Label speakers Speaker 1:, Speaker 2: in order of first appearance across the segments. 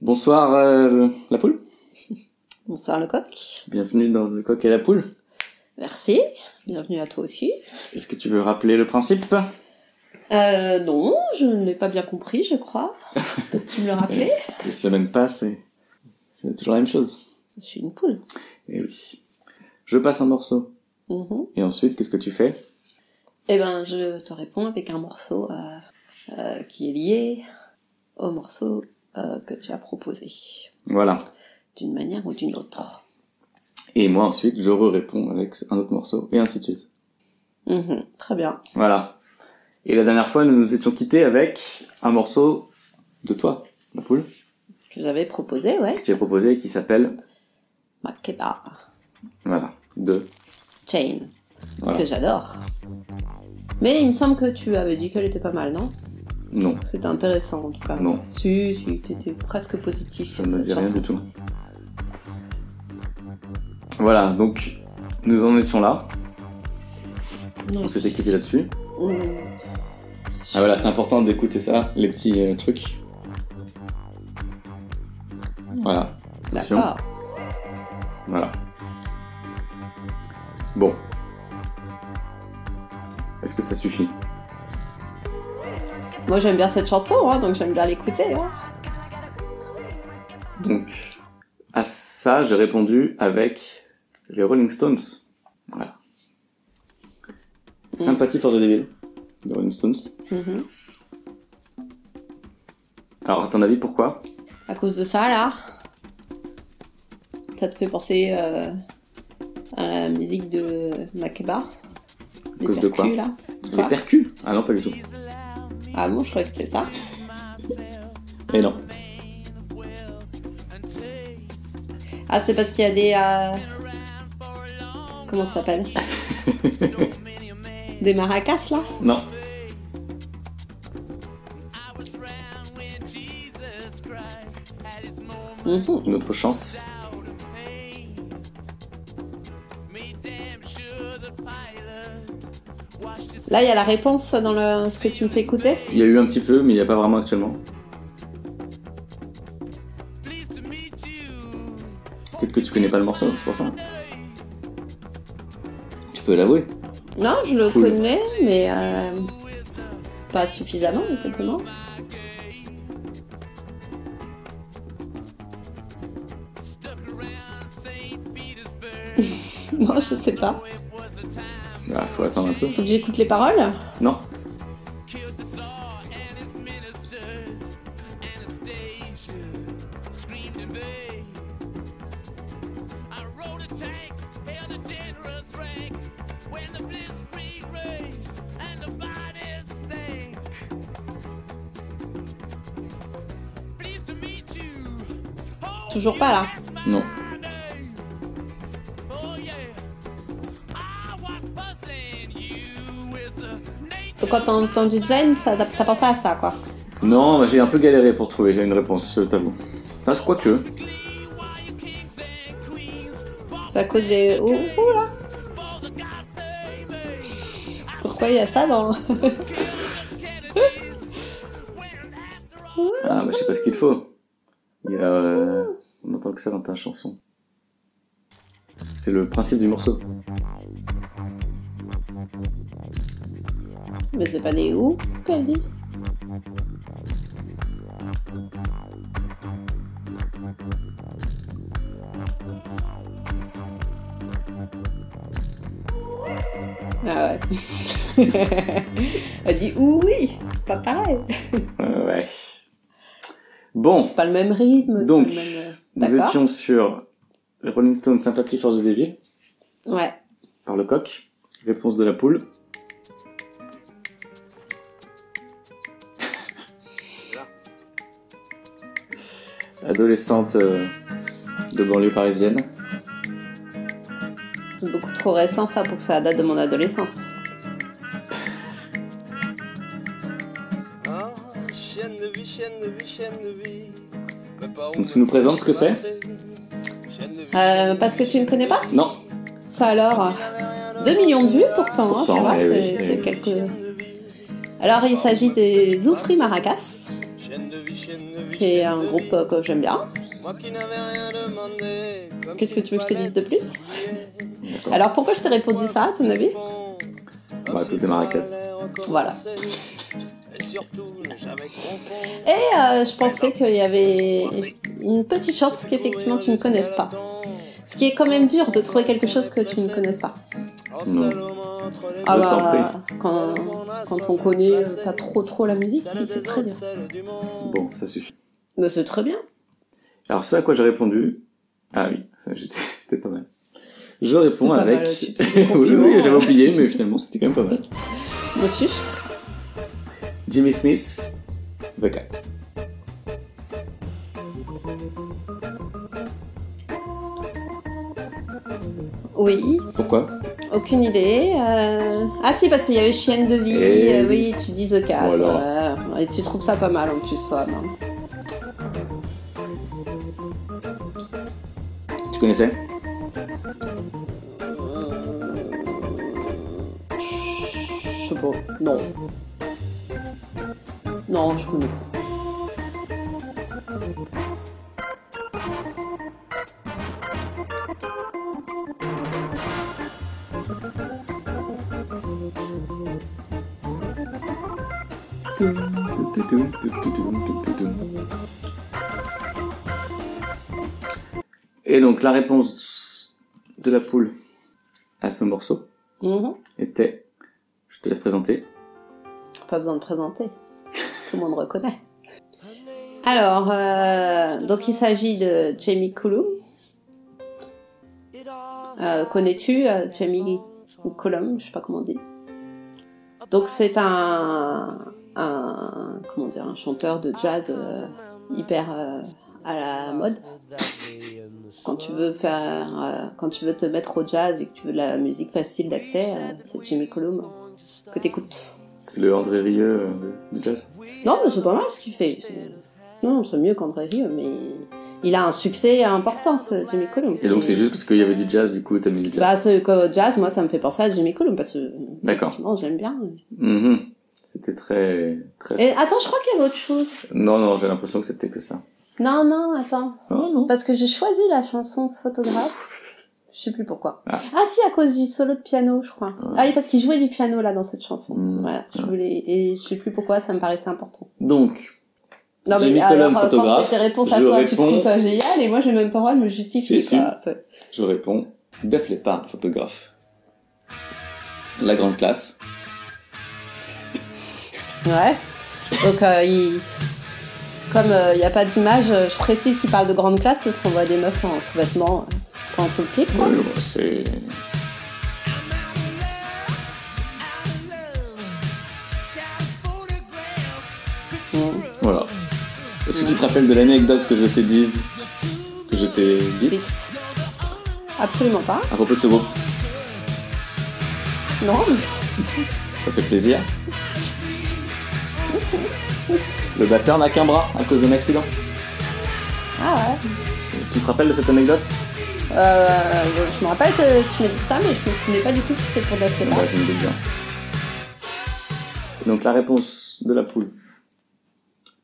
Speaker 1: Bonsoir euh, la poule,
Speaker 2: Bonsoir le coq.
Speaker 1: bienvenue dans le coq et la poule.
Speaker 2: Merci. Bienvenue à toi aussi.
Speaker 1: Est-ce que tu veux rappeler le principe
Speaker 2: Euh, non, je ne l'ai pas bien compris, je crois. Peux-tu me le rappeler
Speaker 1: Les semaines passent et c'est toujours la même chose.
Speaker 2: Je suis une poule.
Speaker 1: Eh oui. Je passe un morceau.
Speaker 2: Mhm.
Speaker 1: Et ensuite, qu'est-ce que tu fais
Speaker 2: Eh ben, je te réponds avec un morceau euh, euh, qui est lié au morceau euh, que tu as proposé,
Speaker 1: Voilà.
Speaker 2: d'une manière ou d'une autre.
Speaker 1: Et moi ensuite, je réponds avec un autre morceau et ainsi de suite.
Speaker 2: Mhm. Très bien.
Speaker 1: Voilà. Et la dernière fois, nous nous étions quittés avec un morceau de toi, la poule,
Speaker 2: Je vous avais proposé, ouais.
Speaker 1: que tu as proposé et qui s'appelle
Speaker 2: Makeba
Speaker 1: voilà de
Speaker 2: Chain,
Speaker 1: Voilà.
Speaker 2: que j'adore. Mais il me semble que tu avais dit qu'elle était pas mal, non
Speaker 1: non.
Speaker 2: C'était intéressant en tout cas.
Speaker 1: Non.
Speaker 2: Si, si, t'étais presque positif
Speaker 1: Ça
Speaker 2: sur
Speaker 1: ne me
Speaker 2: cette
Speaker 1: dit rien
Speaker 2: chanson.
Speaker 1: du tout. Voilà, donc nous en étions là. On s'était quitté là-dessus.
Speaker 2: Mm.
Speaker 1: Ah voilà, c'est important d'écouter ça, les petits euh, trucs. Voilà. Attention.
Speaker 2: D'accord.
Speaker 1: Voilà. Bon. Est-ce que ça suffit
Speaker 2: Moi j'aime bien cette chanson, hein, donc j'aime bien l'écouter. hein.
Speaker 1: Donc, à ça, j'ai répondu avec les Rolling Stones. Voilà. Sympathie for the Devil, les Rolling Stones.
Speaker 2: Mhm.
Speaker 1: Alors, à ton avis, pourquoi
Speaker 2: À cause de ça là, ça te fait penser euh, à la musique de Makeba. À
Speaker 1: cause de quoi
Speaker 2: là.
Speaker 1: Les percus Ah non, pas du tout.
Speaker 2: Ah bon, je croyais que c'était ça.
Speaker 1: Et Eh non.
Speaker 2: Ah, c'est parce qu'il y a des. euh, Comment ça s'appelle Des maracas là
Speaker 1: Non.
Speaker 2: Mhm.
Speaker 1: Une autre chance.
Speaker 2: Là, il y a la réponse dans le... ce que tu me fais écouter
Speaker 1: Il y a eu un petit peu, mais il n'y a pas vraiment actuellement. Peut-être que tu connais pas le morceau, c'est pour ça. Tu peux l'avouer.
Speaker 2: Non, je le
Speaker 1: Cool.
Speaker 2: connais, mais euh, pas suffisamment, simplement. non, je sais pas.
Speaker 1: Bah, faut attendre un peu.
Speaker 2: Faut que j'écoute les paroles.
Speaker 1: Non.
Speaker 2: Toujours pas là.
Speaker 1: Non.
Speaker 2: Donc, quand t'as entendu Jane, ça- t'as t'as pensé à ça, quoi.
Speaker 1: Non, bah, j'ai un peu galéré pour trouver une réponse, je t'avoue. Ah, je crois que.
Speaker 2: C'est à cause des. Oh, oh là Pourquoi il y a ça dans.
Speaker 1: Ah, bah, je sais pas ce qu'il te faut. Il y a, euh, On entend que ça dans ta chanson. C'est le principe du morceau.
Speaker 2: Mais c'est pas des ou qu'elle dit Ah ouais. Elle dit ou oui, c'est pas pareil.
Speaker 1: Euh, ouais. Bon,
Speaker 2: C'est pas le même rythme, c'est
Speaker 1: Donc,
Speaker 2: pas le même. euh,
Speaker 1: nous
Speaker 2: D'accord.
Speaker 1: étions sur les Rolling Stone Sympathy for the Devil
Speaker 2: Ouais.
Speaker 1: par le coq. Réponse de la poule. Adolescente euh, de banlieue parisienne.
Speaker 2: C'est beaucoup trop récent ça pour que ça date de mon adolescence.
Speaker 3: Ah, chienne de vie, chienne de vie, chienne de vie. Mais pas où
Speaker 1: Donc, tu
Speaker 3: me
Speaker 1: nous présentes ce que c'est
Speaker 3: passer. Chienne de vie,
Speaker 2: Euh, parce que tu ne connais pas
Speaker 1: Non,
Speaker 2: Ça alors 2 millions de vues pourtant, hein,
Speaker 1: Pourtant,
Speaker 2: tu vois,
Speaker 1: eh
Speaker 2: c'est
Speaker 1: oui, eh
Speaker 2: c'est
Speaker 1: oui.
Speaker 2: quelques... Alors il s'agit des Zoufri Maracas,
Speaker 3: chienne de vie,
Speaker 2: qui est un groupe euh, que j'aime bien.
Speaker 3: Qu'est-ce que tu veux que je te dise de plus
Speaker 1: D'accord.
Speaker 2: Alors Ah, pourquoi je t'ai répondu ça, à ton avis
Speaker 1: Bah, à cause des maracas.
Speaker 2: Voilà. Et euh, je pensais qu'il y avait une petite chance qu'effectivement tu ne connaisses pas. Ce qui est quand même dur de trouver quelque chose que tu ne connaisses pas.
Speaker 1: Non.
Speaker 2: Alors,
Speaker 1: t'en
Speaker 2: euh, quand, quand on connaît euh, pas trop trop la musique, euh, si c'est très dur.
Speaker 1: Bon, ça suffit.
Speaker 2: Mais c'est très bien.
Speaker 1: Alors, ce à quoi j'ai répondu. Ah oui, ça, j'étais- c'était pas mal. Je
Speaker 2: C'était
Speaker 1: réponds
Speaker 2: pas
Speaker 1: avec.
Speaker 2: mal, tu te fais des
Speaker 1: oui,
Speaker 2: compliments,
Speaker 1: oui, j'avais
Speaker 2: hein.
Speaker 1: oublié, mais finalement, c'était quand même pas mal.
Speaker 2: Monsieur, je suis très-
Speaker 1: Jimmy Smith, The Cat.
Speaker 2: oui,
Speaker 1: Pourquoi
Speaker 2: aucune idée. euh, Ah si, parce qu'il y avait Chienne de vie,
Speaker 1: Eh
Speaker 2: euh,
Speaker 1: oui.
Speaker 2: oui, tu dis The Cat.
Speaker 1: Voilà.
Speaker 2: ouais. Et tu trouves ça pas mal en plus, toi. non
Speaker 1: Tu connaissais
Speaker 2: Je sais pas. Non. Non, je connais pas.
Speaker 1: Et donc la réponse de la poule à ce morceau
Speaker 2: Mhm.
Speaker 1: était, je te laisse présenter,
Speaker 2: Pas besoin de présenter. Tout le monde reconnaît. Alors, euh, donc il s'agit de Jamie Cullum. Euh, Connais-tu euh, Jamie ou Cullum Je sais pas comment on dit. Donc c'est un, un comment dire un chanteur de jazz euh, hyper euh, à la mode. Quand tu veux faire, euh, quand tu veux te mettre au jazz et que tu veux de la musique facile d'accès, euh, c'est Jamie Cullum que t'écoutes.
Speaker 1: c'est le André Rieu euh, de- du jazz.
Speaker 2: Non, mais c'est pas mal ce qu'il fait. C'est- Non, c'est mieux qu'André Rieu, mais il a un succès important, ce Jimmy Colum.
Speaker 1: Et donc c'est juste parce qu'il y avait du jazz, du coup t'as mis du jazz.
Speaker 2: Bah, ce que jazz, moi, ça me fait penser à Jimmy Colum, parce que,
Speaker 1: D'accord.
Speaker 2: effectivement, j'aime bien.
Speaker 1: Mhm. C'était très, très.
Speaker 2: Et attends, je crois qu'il y avait autre chose.
Speaker 1: Non, non, j'ai l'impression que c'était que ça.
Speaker 2: Non, non, attends.
Speaker 1: Non, Oh, non.
Speaker 2: Parce que j'ai choisi la chanson photographe. Je sais plus pourquoi.
Speaker 1: Ah.
Speaker 2: Ah. si, à cause du solo de piano, je crois. Ah oui, parce qu'il jouait du piano, là, dans cette chanson.
Speaker 1: Mm.
Speaker 2: Voilà. Je
Speaker 1: Ah.
Speaker 2: voulais, et je sais plus pourquoi, ça me paraissait important.
Speaker 1: Donc,
Speaker 2: Non, mais
Speaker 1: Jimmy
Speaker 2: alors,
Speaker 1: Colum,
Speaker 2: euh, quand
Speaker 1: photographe,
Speaker 2: c'est tes réponses à
Speaker 1: je
Speaker 2: toi, tu
Speaker 1: réponds-
Speaker 2: trouves ça génial, et moi, j'ai même pas le droit de me justifier,
Speaker 1: Si, si.
Speaker 2: quoi. Ouais.
Speaker 1: je réponds, Def Leppard, photographe. La grande classe.
Speaker 2: Ouais. Donc, euh, il... comme il n'y a pas d'image, euh, je précise qu'il parle de grande classe parce qu'on voit des meufs en sous-vêtements euh, pendant tout le clip. quoi.
Speaker 1: Ouais, bah, c'est.
Speaker 2: Mm.
Speaker 1: Voilà. Est-ce que tu te rappelles de l'anecdote que je t'ai dise, que je t'ai
Speaker 2: Dites.
Speaker 1: dite
Speaker 2: Absolument pas.
Speaker 1: à propos de ce groupe
Speaker 2: Non.
Speaker 1: Ça fait plaisir. Le batteur n'a qu'un bras à cause d'un accident.
Speaker 2: Ah ouais.
Speaker 1: Tu te rappelles de cette anecdote
Speaker 2: Euh, je me rappelle que tu m'as dit ça, mais je me souvenais pas du tout que c'était pour Daft Leppard.
Speaker 1: Ouais, je me doute bien. Donc la réponse de la poule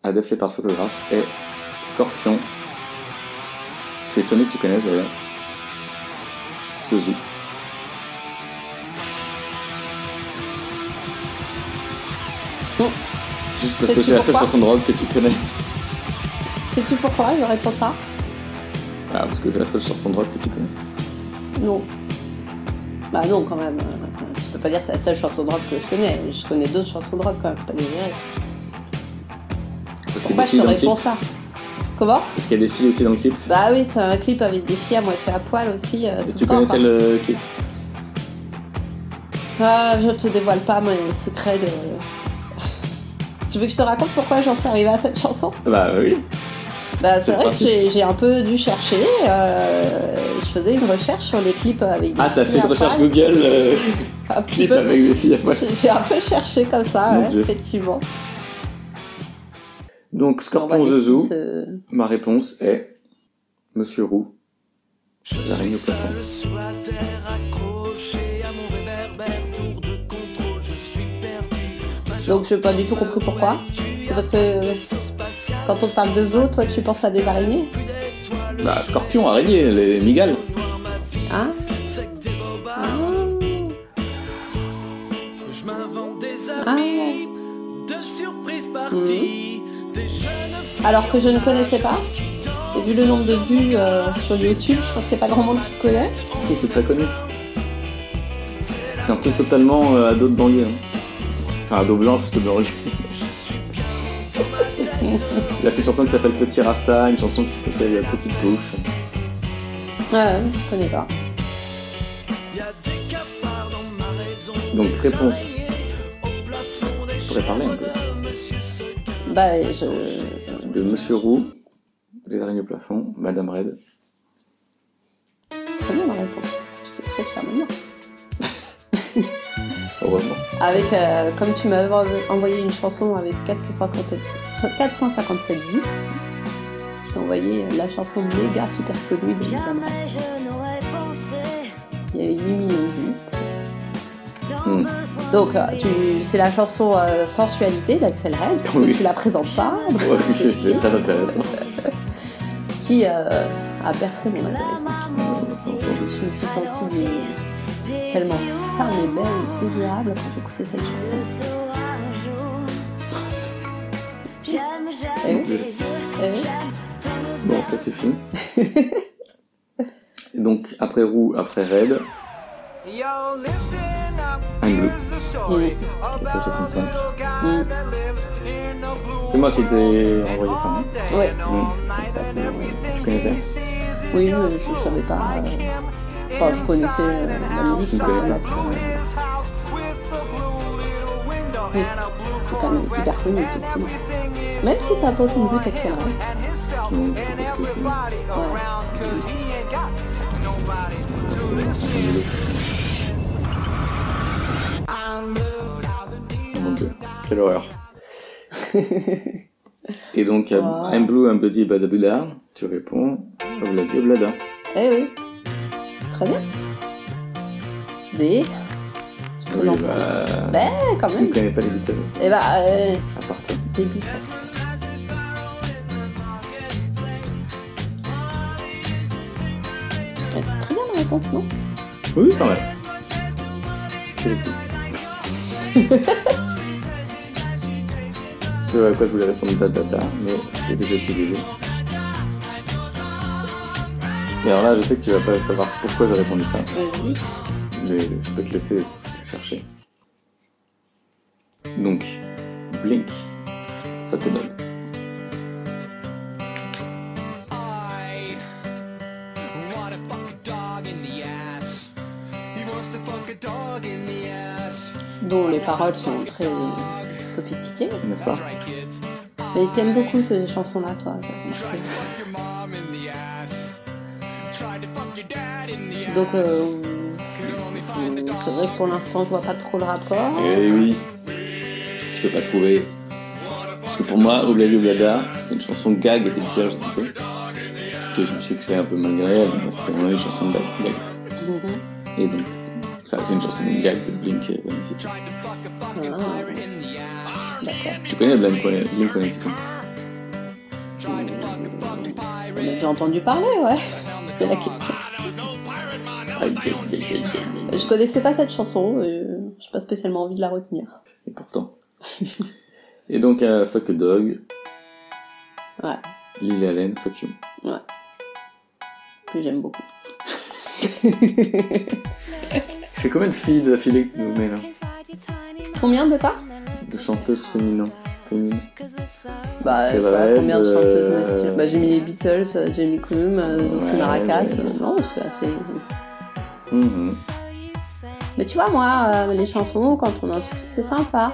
Speaker 1: à Def Leppard photographe est Scorpion. Je suis étonné que tu connaisses euh, d'ailleurs. Zouzou.
Speaker 2: Bon.
Speaker 1: Juste parce
Speaker 2: Oh. Sais-tu
Speaker 1: que c'est la seule
Speaker 2: pourquoi
Speaker 1: chanson de rock que tu connais.
Speaker 2: Sais-tu pourquoi je réponds ça
Speaker 1: Ah, parce que c'est la seule chanson de rock que tu connais.
Speaker 2: Non. Bah non, quand même. euh, Tu peux pas dire que c'est la seule chanson de rock que je connais. Je connais d'autres chansons de rock quand même, pas délirer.
Speaker 1: Parce qu'il y a des
Speaker 2: Pourquoi je
Speaker 1: filles
Speaker 2: te
Speaker 1: dans le clip.
Speaker 2: réponds ça Comment
Speaker 1: Parce qu'il y a des filles aussi dans le clip.
Speaker 2: Bah oui, c'est un clip avec des filles à moitié à poil aussi. euh,
Speaker 1: Et
Speaker 2: tout
Speaker 1: tu
Speaker 2: le temps,
Speaker 1: connaissais
Speaker 2: quoi.
Speaker 1: le clip
Speaker 2: Ah, je te dévoile pas mes secrets de. Tu veux que je te raconte pourquoi j'en suis arrivée à cette chanson
Speaker 1: Bah oui.
Speaker 2: Bah
Speaker 1: C'est
Speaker 2: c'est vrai que
Speaker 1: parti.
Speaker 2: j'ai j'ai un peu dû chercher. euh, je faisais une recherche sur les clips avec des
Speaker 1: Ah, t'as
Speaker 2: filles
Speaker 1: fait
Speaker 2: à
Speaker 1: une recherche
Speaker 2: poil,
Speaker 1: Google euh,
Speaker 2: Un petit
Speaker 1: clip
Speaker 2: peu.
Speaker 1: avec des filles à poil.
Speaker 2: J'ai j'ai un peu cherché comme ça,
Speaker 1: Mon
Speaker 2: ouais,
Speaker 1: Dieu.
Speaker 2: effectivement. bah,
Speaker 1: Donc
Speaker 2: On
Speaker 1: Scorpion
Speaker 2: voit des
Speaker 1: Zouzou,
Speaker 2: filles se-
Speaker 1: ma réponse est Monsieur Roux, les araignées au plafond.
Speaker 2: Donc j'ai pas du tout compris pourquoi. C'est parce que Quand on te parle de zoo, toi tu penses à des araignées
Speaker 1: Bah, scorpion, araignée, les migales.
Speaker 2: Hein Ah,
Speaker 3: Je m'invente des
Speaker 2: ah.
Speaker 3: amis de surprise parties. Des jeunes
Speaker 2: Hmm. Alors que je ne connaissais pas. Et vu le nombre de vues euh, sur YouTube, je pense qu'il n'y a pas grand monde qui connaît.
Speaker 1: Si, c'est très connu. C'est un truc totalement euh, ado de banlieue. hein. Enfin, ado blanche de banlieue. Il a fait une chanson qui s'appelle Petit Rasta, une chanson qui s'appelle La Petite Pouffe.
Speaker 2: Ouais, je connais pas.
Speaker 1: Donc, réponse. Je pourrais parler un peu. euh,
Speaker 2: Bah, je.
Speaker 1: De Monsieur Roux, Les Araignées au plafond, Madame Red.
Speaker 2: Très bien la réponse. J'étais très fière de moi.
Speaker 1: Heureusement.
Speaker 2: Avec, euh, comme tu m'avais envoyé une chanson avec 457, 457 vues, je t'ai envoyé la chanson méga super connue de Madame
Speaker 4: Jamais
Speaker 2: Ray.
Speaker 4: je n'aurais pensé
Speaker 2: Il y a eu 8 millions de vues.
Speaker 4: tant
Speaker 1: Hmm.
Speaker 4: besoin
Speaker 2: Donc, euh,
Speaker 4: de
Speaker 2: tu, c'est la chanson euh, Sensualité d'Axel Red, que
Speaker 1: Oui.
Speaker 2: tu la présentes pas,
Speaker 1: Ouais, c'était très intéressant.
Speaker 2: qui euh, a bercé mon adolescence.
Speaker 1: Sans- sans- sans doute.
Speaker 2: Je me suis sentie d'une-
Speaker 4: des
Speaker 2: tellement
Speaker 4: yeux.
Speaker 2: femme et belle et désirable quand j'écoutais cette chanson.
Speaker 4: Le saura un jour. J'aime,
Speaker 2: Eh
Speaker 4: j'aime
Speaker 2: oui.
Speaker 4: tes yeux,
Speaker 2: Eh oui.
Speaker 4: j'aime ton
Speaker 1: Bon,
Speaker 4: odeur.
Speaker 1: ça suffit. Et Donc, après Roux, après Red,
Speaker 3: Yo, listen up.
Speaker 1: I'm blue.
Speaker 3: Here's the story about a
Speaker 1: 65.
Speaker 3: little guy
Speaker 2: Mm.
Speaker 3: that lives in a blue
Speaker 1: C'est moi qui t'ai envoyé ça, hein.
Speaker 3: all day
Speaker 2: Ouais.
Speaker 3: and all
Speaker 1: Mm.
Speaker 3: night
Speaker 2: C'est toi qui m'as envoyé ça.
Speaker 1: tu connaissais
Speaker 2: Oui, mais je savais pas. euh, Enfin, je connaissais euh, la musique sans
Speaker 1: Ok.
Speaker 2: connaître. euh, Oui, c'est quand même hyper connu, effectivement. Même si ça n'a pas autant de vues qu'Axel Red.
Speaker 1: Non, c'est parce que c'est. Oh mon dieu, quelle horreur. Et donc, euh,
Speaker 2: Wow.
Speaker 1: I'm blue, I'm buddy, badabula. Tu réponds, obladi, oblada.
Speaker 2: Eh oui. Très bien. Des. Tu
Speaker 1: Oui,
Speaker 2: présentes pas.
Speaker 1: bah,
Speaker 2: Eh, quand
Speaker 1: tu ne
Speaker 2: même.
Speaker 1: connais pas les Beatles,
Speaker 2: Eh bah, euh,
Speaker 1: à part toi.
Speaker 2: des Beatles. Eh, c'est Très bien la réponse, non
Speaker 1: Oui, oui, pas mal. Félicite. Ce à quoi je voulais répondre ta tata, mais c'était déjà utilisé. Et alors là, je sais que tu vas pas savoir pourquoi j'ai répondu ça,
Speaker 2: Vas-y.
Speaker 1: mais je peux te laisser chercher. Donc, Blink, ça te donne.
Speaker 5: I wanna fuck a dog in the ass. He wants to fuck a dog in the ass.
Speaker 2: Dont les paroles sont très sophistiquées.
Speaker 1: N'est-ce pas
Speaker 5: Right, kids?
Speaker 2: Mais t'aimes beaucoup ces chansons-là, toi. euh, j'ai remarqué.
Speaker 5: Tried to fuck your mom in the ass. Tried to fuck your dad in the ass.
Speaker 2: Donc, euh, c'est vrai que pour l'instant, je vois pas trop le rapport.
Speaker 1: Eh oui, je peux pas trouver. Parce que pour moi, Obladi Oblada, c'est une chanson gag des Beatles, un peu. Que je me suis que c'est un peu malgré elle, mais c'était vraiment une chanson de gag.
Speaker 2: Mhm.
Speaker 1: Et donc, c'est- ça, c'est une chanson de gag de Blink euh, et One Eighty Two.
Speaker 2: euh, D'accord.
Speaker 1: Tu connais Blink One Blink One Eighty Two
Speaker 2: On a déjà entendu parler, ouais. C'était la question.
Speaker 1: Aïe, aïe, aïe, aïe, aïe, aïe.
Speaker 2: Je connaissais pas cette chanson, euh, j'ai pas spécialement envie de la retenir.
Speaker 1: Et pourtant. Et donc, euh, Fuck a Dog,
Speaker 2: Ouais,
Speaker 1: Lil Allen, Fuck You.
Speaker 2: que j'aime beaucoup.
Speaker 1: C'est combien de filles d'affilée que tu nous mets là
Speaker 2: Combien de quoi
Speaker 1: De chanteuses féminines féminines
Speaker 2: Bah,
Speaker 1: C'est
Speaker 2: ça va,
Speaker 1: vrai,
Speaker 2: combien de
Speaker 1: de-
Speaker 2: chanteuses masculines Bah, j'ai mis les Beatles, euh, Jamie Cullum, euh, Zoé
Speaker 1: Ouais,
Speaker 2: Maracas.
Speaker 1: ouais,
Speaker 2: euh,
Speaker 1: ouais.
Speaker 2: Non, c'est assez.
Speaker 1: Mhm.
Speaker 2: Mais tu vois, moi, euh, les chansons, quand on insulte, c'est sympa.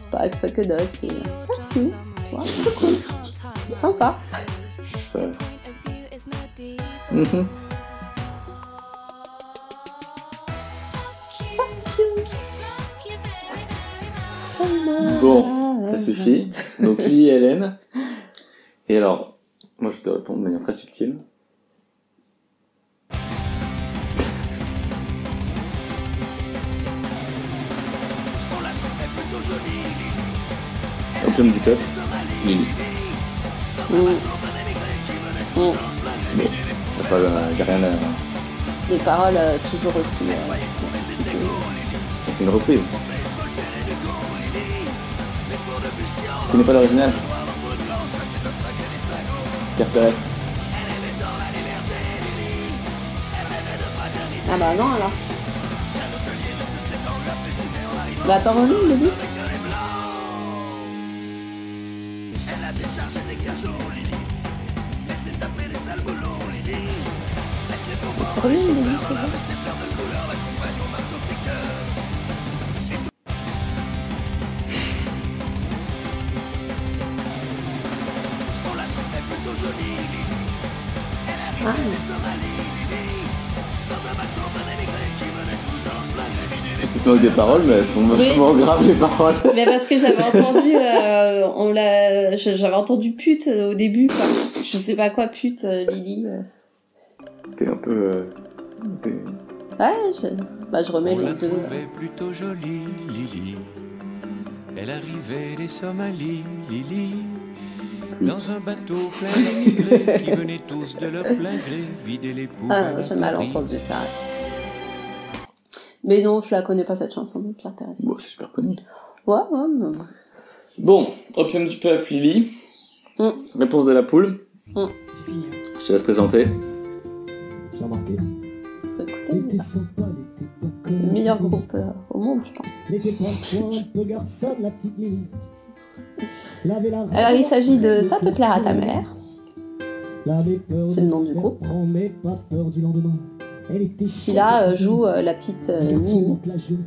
Speaker 2: C'est pas fuck a dog, c'est fuck you. Tu vois, c'est cool. sympa.
Speaker 1: C'est ça. Mhm. Bon, ça suffit. Donc Lily Hélène. Et alors, moi je te réponds de manière très subtile. Opium du peuple, Lily.
Speaker 2: Mm. Bon,
Speaker 1: Bon, y a pas, euh, y a rien à-
Speaker 2: Des paroles euh, toujours aussi euh, sophistiquées.
Speaker 1: C'est une reprise. Tu connais pas l'original Pierre Perret.
Speaker 2: Ah bah non alors. Bah attends, relis le début. Relis le début, s'il te plaît. Ah,
Speaker 1: Petite manque de paroles, mais elles sont
Speaker 2: Oui.
Speaker 1: vachement graves les paroles.
Speaker 2: mais parce que j'avais entendu, euh, on l'a, je- j'avais entendu pute euh, au début, quoi. Je sais pas quoi pute, euh, Lily. euh.
Speaker 1: T'es un peu. euh, t'es-
Speaker 2: Ouais, je, bah je remets
Speaker 6: On
Speaker 2: les
Speaker 6: la
Speaker 2: deux. euh.
Speaker 6: trouvait plutôt jolie, Lily. Elle arrivait des Somalies, Lily. Dans un bateau plein d'immigrés qui venaient tous de leur plein gré vider les poubelles.
Speaker 2: Ah,
Speaker 6: à
Speaker 2: j'ai mal
Speaker 6: Paris.
Speaker 2: entendu ça. Mais non, je la connais pas cette chanson de Pierre Perez.
Speaker 1: Bon, c'est super connu.
Speaker 2: Ouais, ouais, mais-
Speaker 1: Bon, opium du peuple, Lily.
Speaker 2: Mm.
Speaker 1: Réponse de la poule.
Speaker 2: Mm.
Speaker 1: Je te laisse présenter.
Speaker 7: J'ai remarqué.
Speaker 2: faut écouter.
Speaker 7: L'été sympa, l'été pas con.
Speaker 2: euh, Le meilleur groupe euh, au monde, je pense.
Speaker 7: L'été pas con, un peu garçon, la petite minute. Lavez la
Speaker 2: Alors, il s'agit de Ça peut plaire à ta mère.
Speaker 7: L'avait peur
Speaker 2: C'est
Speaker 7: de
Speaker 2: le nom
Speaker 7: se
Speaker 2: du
Speaker 7: faire
Speaker 2: groupe.
Speaker 7: prendre, mais pas peur du lendemain. Elle était
Speaker 2: Qui
Speaker 7: chaude,
Speaker 2: là euh, joue euh, la petite euh,
Speaker 7: elle
Speaker 2: Mimi.
Speaker 7: monte la joue.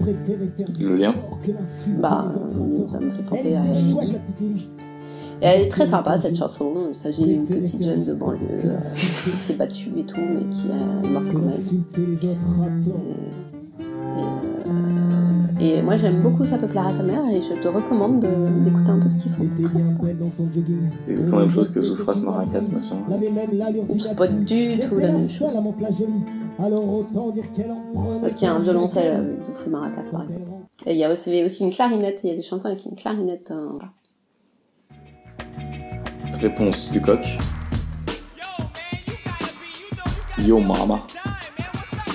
Speaker 7: Préférait faire du
Speaker 1: Le lien.
Speaker 7: sport que l'insulte
Speaker 2: Bah,
Speaker 7: des emprunteurs.
Speaker 2: euh, ça me fait
Speaker 7: Elle
Speaker 2: penser
Speaker 7: était
Speaker 2: à
Speaker 7: chouette,
Speaker 2: Mimi.
Speaker 7: la petite Mimi.
Speaker 2: Et elle est très sympa cette chanson. Il s'agit d'une petite jeune de banlieue euh, qui s'est battue et tout, mais qui est morte
Speaker 7: Que
Speaker 2: quand même. Mmh.
Speaker 7: l'insulter les autres à tort.
Speaker 2: Et moi j'aime beaucoup Ça peut plaire à ta mère et je te recommande de- d'écouter un peu ce qu'ils font. C'est
Speaker 7: Rester
Speaker 2: très
Speaker 7: bien
Speaker 2: sympa.
Speaker 7: belle dans son jogging.
Speaker 1: C'est exactement la même chose que Soufras, Maracas, machin.
Speaker 7: L'avait même l'allure
Speaker 2: Oups,
Speaker 7: d'une
Speaker 2: c'est pas du tout la même chose.
Speaker 7: Alors autant dire qu'elle en prenait
Speaker 2: Parce qu'il y a un violoncelle euh, avec Zoufri Maracas par exemple. Et il y a aussi, il y a aussi une clarinette, il y a des chansons avec une clarinette. hein.
Speaker 1: Réponse du coq. Yo mama.
Speaker 2: Mm.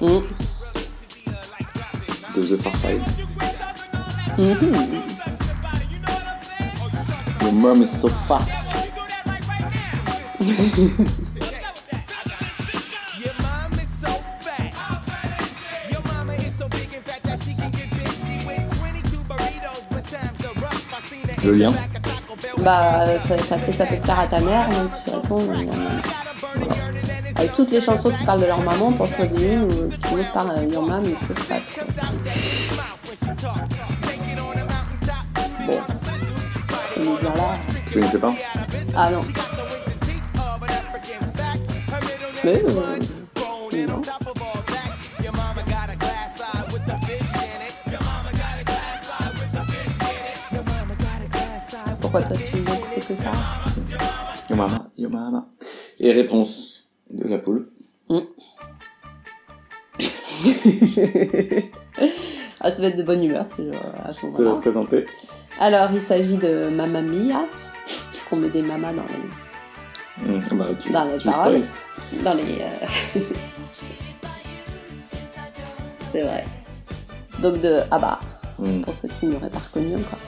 Speaker 1: Hmm. De The Far Side.
Speaker 2: Mhm.
Speaker 1: Your mom is so fat.
Speaker 5: Your mom is so fat. Your mama is so big and fat that she can get busy with 22 burritos, but times are rough. I seen her
Speaker 1: Le lien.
Speaker 5: like a Taco Bell.
Speaker 2: Bah euh, ça s'appelle Ça peut plaire à ta mère, donc tu réponds. euh, avec toutes les chansons qui parlent de leur maman, t'en choisis une ou qui commence par euh, Your mom is so fat. quoi. Bon. Et voilà.
Speaker 1: Tu connaissais pas
Speaker 2: Ah non. Mais euh, c'est bon. Pourquoi toi tu veux écouter que ça
Speaker 1: Yo mama, yo mama. Et réponse de la poule.
Speaker 2: Ah, je devais être de bonne humeur c'est genre, à ce
Speaker 1: Je te laisse
Speaker 2: moment-là.
Speaker 1: présenter.
Speaker 2: Alors, il s'agit de Mamma Mia, qu'on met des mamas dans les,
Speaker 1: Mm, bah, tu-
Speaker 2: Dans les
Speaker 1: tu me
Speaker 2: paroles.
Speaker 1: spoil.
Speaker 2: dans les, euh, C'est vrai. Donc de Abba,
Speaker 1: Mm.
Speaker 2: pour ceux qui n'auraient pas reconnu encore.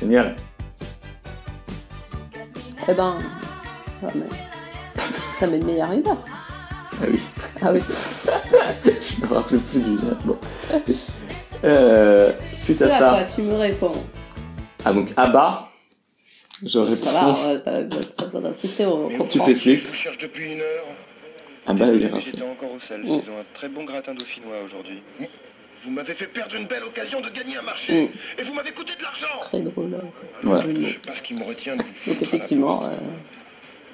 Speaker 1: Génial.
Speaker 2: Eh ben, ouais, mais ça met de meilleure humeur.
Speaker 1: Ah oui.
Speaker 2: Ah oui.
Speaker 1: Je me rappelle plus du lien. Bon. Euh, suite
Speaker 2: Ce
Speaker 1: à
Speaker 2: à
Speaker 1: ça.
Speaker 2: quoi tu me réponds.
Speaker 1: Ah donc Abba. Je
Speaker 2: Ça va, hein.
Speaker 1: réponds.
Speaker 2: euh, t'as t'as pas besoin d'insister au
Speaker 1: Stupéflip.
Speaker 8: Je cherche depuis une heure.
Speaker 1: Abba Bah, il ira.
Speaker 8: J'étais encore au sel.
Speaker 2: Mm.
Speaker 8: Ils ont un très bon gratin dauphinois aujourd'hui. Mm. Vous m'avez fait perdre une belle occasion de gagner un marché.
Speaker 1: Mm.
Speaker 8: Et vous m'avez coûté de l'argent.
Speaker 2: Très drôle. euh,
Speaker 1: Voilà.
Speaker 2: jeu de
Speaker 8: Je
Speaker 2: mots.
Speaker 8: sais pas ce qui me retient de vous
Speaker 2: Donc
Speaker 8: foutre à la
Speaker 2: effectivement,
Speaker 8: porte.
Speaker 2: euh,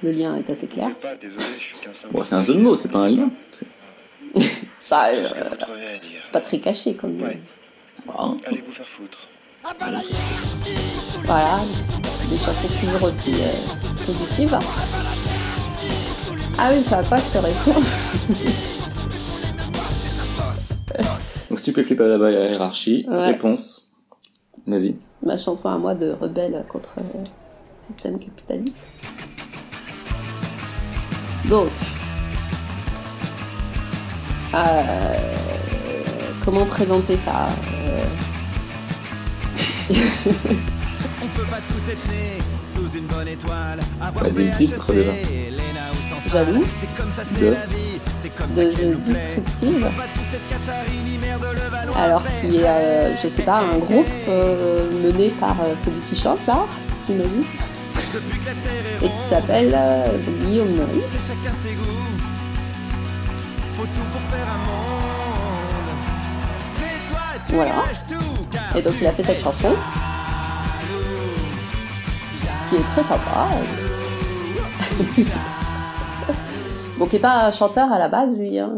Speaker 2: le lien est assez
Speaker 8: Je
Speaker 2: clair.
Speaker 8: sais pas, désolé, je suis qu'un simple.
Speaker 1: Bon, c'est un jeu de mots, c'est pas un lien. C'est
Speaker 2: Bah,
Speaker 8: Qu'est-ce
Speaker 2: euh,
Speaker 8: que vous avez à dire
Speaker 2: c'est pas très caché comme.
Speaker 8: Ouais.
Speaker 1: pas un.
Speaker 8: Allez vous faire foutre.
Speaker 2: Voilà, des chansons toujours aussi euh, positives. Ah oui, ça va quoi, je te réponds.
Speaker 1: Donc stupéflip à la hiérarchie.
Speaker 2: Ouais.
Speaker 1: Réponse. Vas-y.
Speaker 2: Ma chanson à moi de rebelle contre le système capitaliste. Donc, euh, comment présenter ça Euh,
Speaker 5: On peut pas tous être nés sous une bonne étoile. Avoir
Speaker 1: T'as dit le titre,
Speaker 5: PHEC,
Speaker 1: déjà.
Speaker 5: Léna au central.
Speaker 2: J'avoue.
Speaker 5: C'est comme ça,
Speaker 1: De-
Speaker 5: c'est la vie. C'est comme ça
Speaker 2: de
Speaker 5: qu'elle nous
Speaker 2: The
Speaker 5: plaît.
Speaker 2: Disruptive,
Speaker 5: On peut pas tous être Catherine, ni mère de Levallois.
Speaker 2: alors qu'il est, euh, je sais pas, un groupe euh, mené par euh, celui qui chante là, j'imagine,
Speaker 5: Depuis que la terre est
Speaker 2: et qui s'appelle euh, Guillaume Meurice.
Speaker 5: C'est chacun ses goûts. Faut tout pour faire un monde. Mais toi, tu
Speaker 2: Voilà.
Speaker 5: lâches tout, car
Speaker 2: Et donc
Speaker 5: tu
Speaker 2: il a fait cette
Speaker 5: es
Speaker 2: chanson, qui est très sympa. bon, qui est pas chanteur à la base, lui. hein.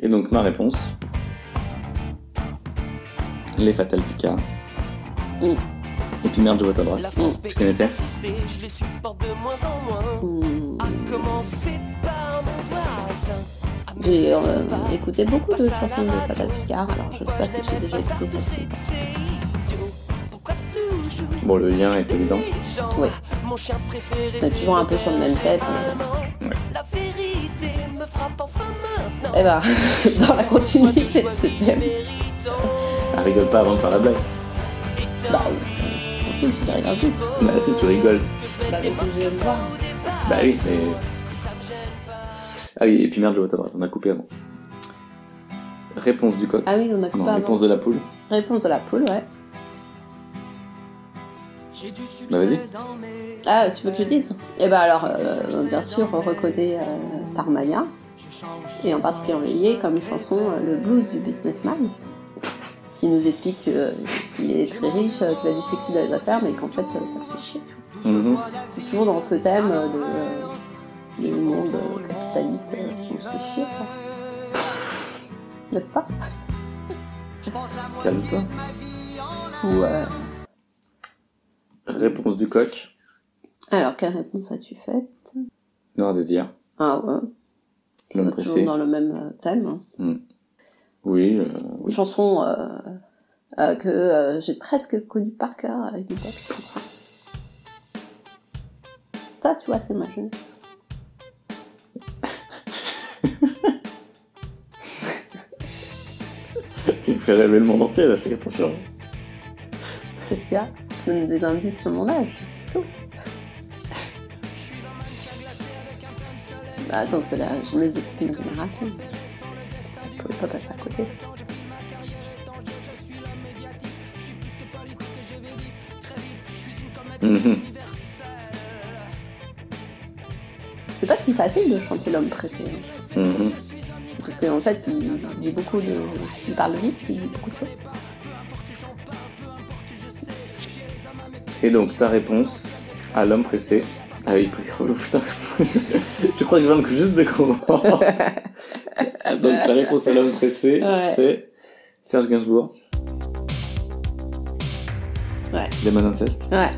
Speaker 1: Et donc ma réponse. Les Fatal Picard.
Speaker 2: Mm.
Speaker 1: Et puis merde, je vois ta droite.
Speaker 9: La France
Speaker 1: Tu connaissais Mm.
Speaker 9: assister, je les
Speaker 2: Mm.
Speaker 9: supporte de moins en moins.
Speaker 2: Hmm.
Speaker 9: À commencer par mon voisin. Ah, mais
Speaker 2: J'ai
Speaker 9: c'est
Speaker 2: euh,
Speaker 9: sympa,
Speaker 2: écouté beaucoup de
Speaker 9: passe à la
Speaker 2: chansons de
Speaker 9: radio.
Speaker 2: Fatal Picard, alors je sais pas si j'ai déjà écouté celle-ci.
Speaker 9: Pourquoi toujours
Speaker 1: Bon, le lien est évident.
Speaker 9: les gens
Speaker 2: Ouais.
Speaker 9: Mon chien préféré,
Speaker 2: C'est toujours un peu sur le même thème.
Speaker 9: maman.
Speaker 1: Ouais.
Speaker 9: La vérité me frappe enfin maintenant.
Speaker 2: Et ben, dans la continuité de ce thème,
Speaker 1: Ah, rigole pas avant de faire la blague.
Speaker 2: bah, oui, je dirais un peu.
Speaker 1: Bah si, tu rigoles.
Speaker 2: Bah, mais c'est que je vais le voir.
Speaker 1: Bah oui, mais... Ah oui, et puis merde, je vois ta droite. On a coupé avant. Réponse du coq.
Speaker 2: Ah oui, on a
Speaker 1: non,
Speaker 2: coupé avant.
Speaker 1: réponse de la poule.
Speaker 2: Réponse de la poule, ouais.
Speaker 1: Bah vas-y.
Speaker 2: Ah, tu veux que je dise Eh ben alors, euh, bien sûr, on reconnaît euh, Starmania, et en particulier comme chanson euh, le blues du businessman, qui nous explique qu'il est très riche, euh, qu'il a du succès dans les affaires, mais qu'en fait, euh, ça le fait chier.
Speaker 1: Mhm.
Speaker 2: C'est toujours dans ce thème euh, de, euh, du monde euh, capitaliste, euh, on se fait chier, quoi. N'est-ce pas
Speaker 1: Calme-toi.
Speaker 2: Ou, euh,
Speaker 1: Réponse du coq.
Speaker 2: Alors, quelle réponse as-tu faite
Speaker 1: Noir à désir.
Speaker 2: Ah ouais,
Speaker 1: L'homme
Speaker 2: toujours
Speaker 1: pressé.
Speaker 2: dans le même euh, thème. hein.
Speaker 1: Oui, euh, oui.
Speaker 2: chanson euh, euh, que euh, j'ai presque connue par cœur euh, à une époque. Ça, tu vois, c'est ma jeunesse.
Speaker 1: tu me fais rêver le monde entier, là, fais attention.
Speaker 2: Qu'est-ce qu'il y a Je donne des indices sur mon âge, c'est tout. Bah, attends, c'est la jeunesse de toute ma génération. Je pouvais pas passer à côté.
Speaker 1: Mhm.
Speaker 2: C'est pas si facile de chanter l'homme pressé. hein.
Speaker 1: Mhm.
Speaker 2: Parce qu'en fait, il dit beaucoup de. Il parle vite, il dit beaucoup de choses.
Speaker 1: Et donc, ta réponse à l'homme pressé. Ah oui, pressé. Oh, putain. je crois que je viens de- juste de comprendre. donc, ta réponse à l'homme pressé,
Speaker 2: Ouais.
Speaker 1: c'est Serge Gainsbourg.
Speaker 2: Ouais.
Speaker 1: Les mains d'inceste.
Speaker 2: Ouais.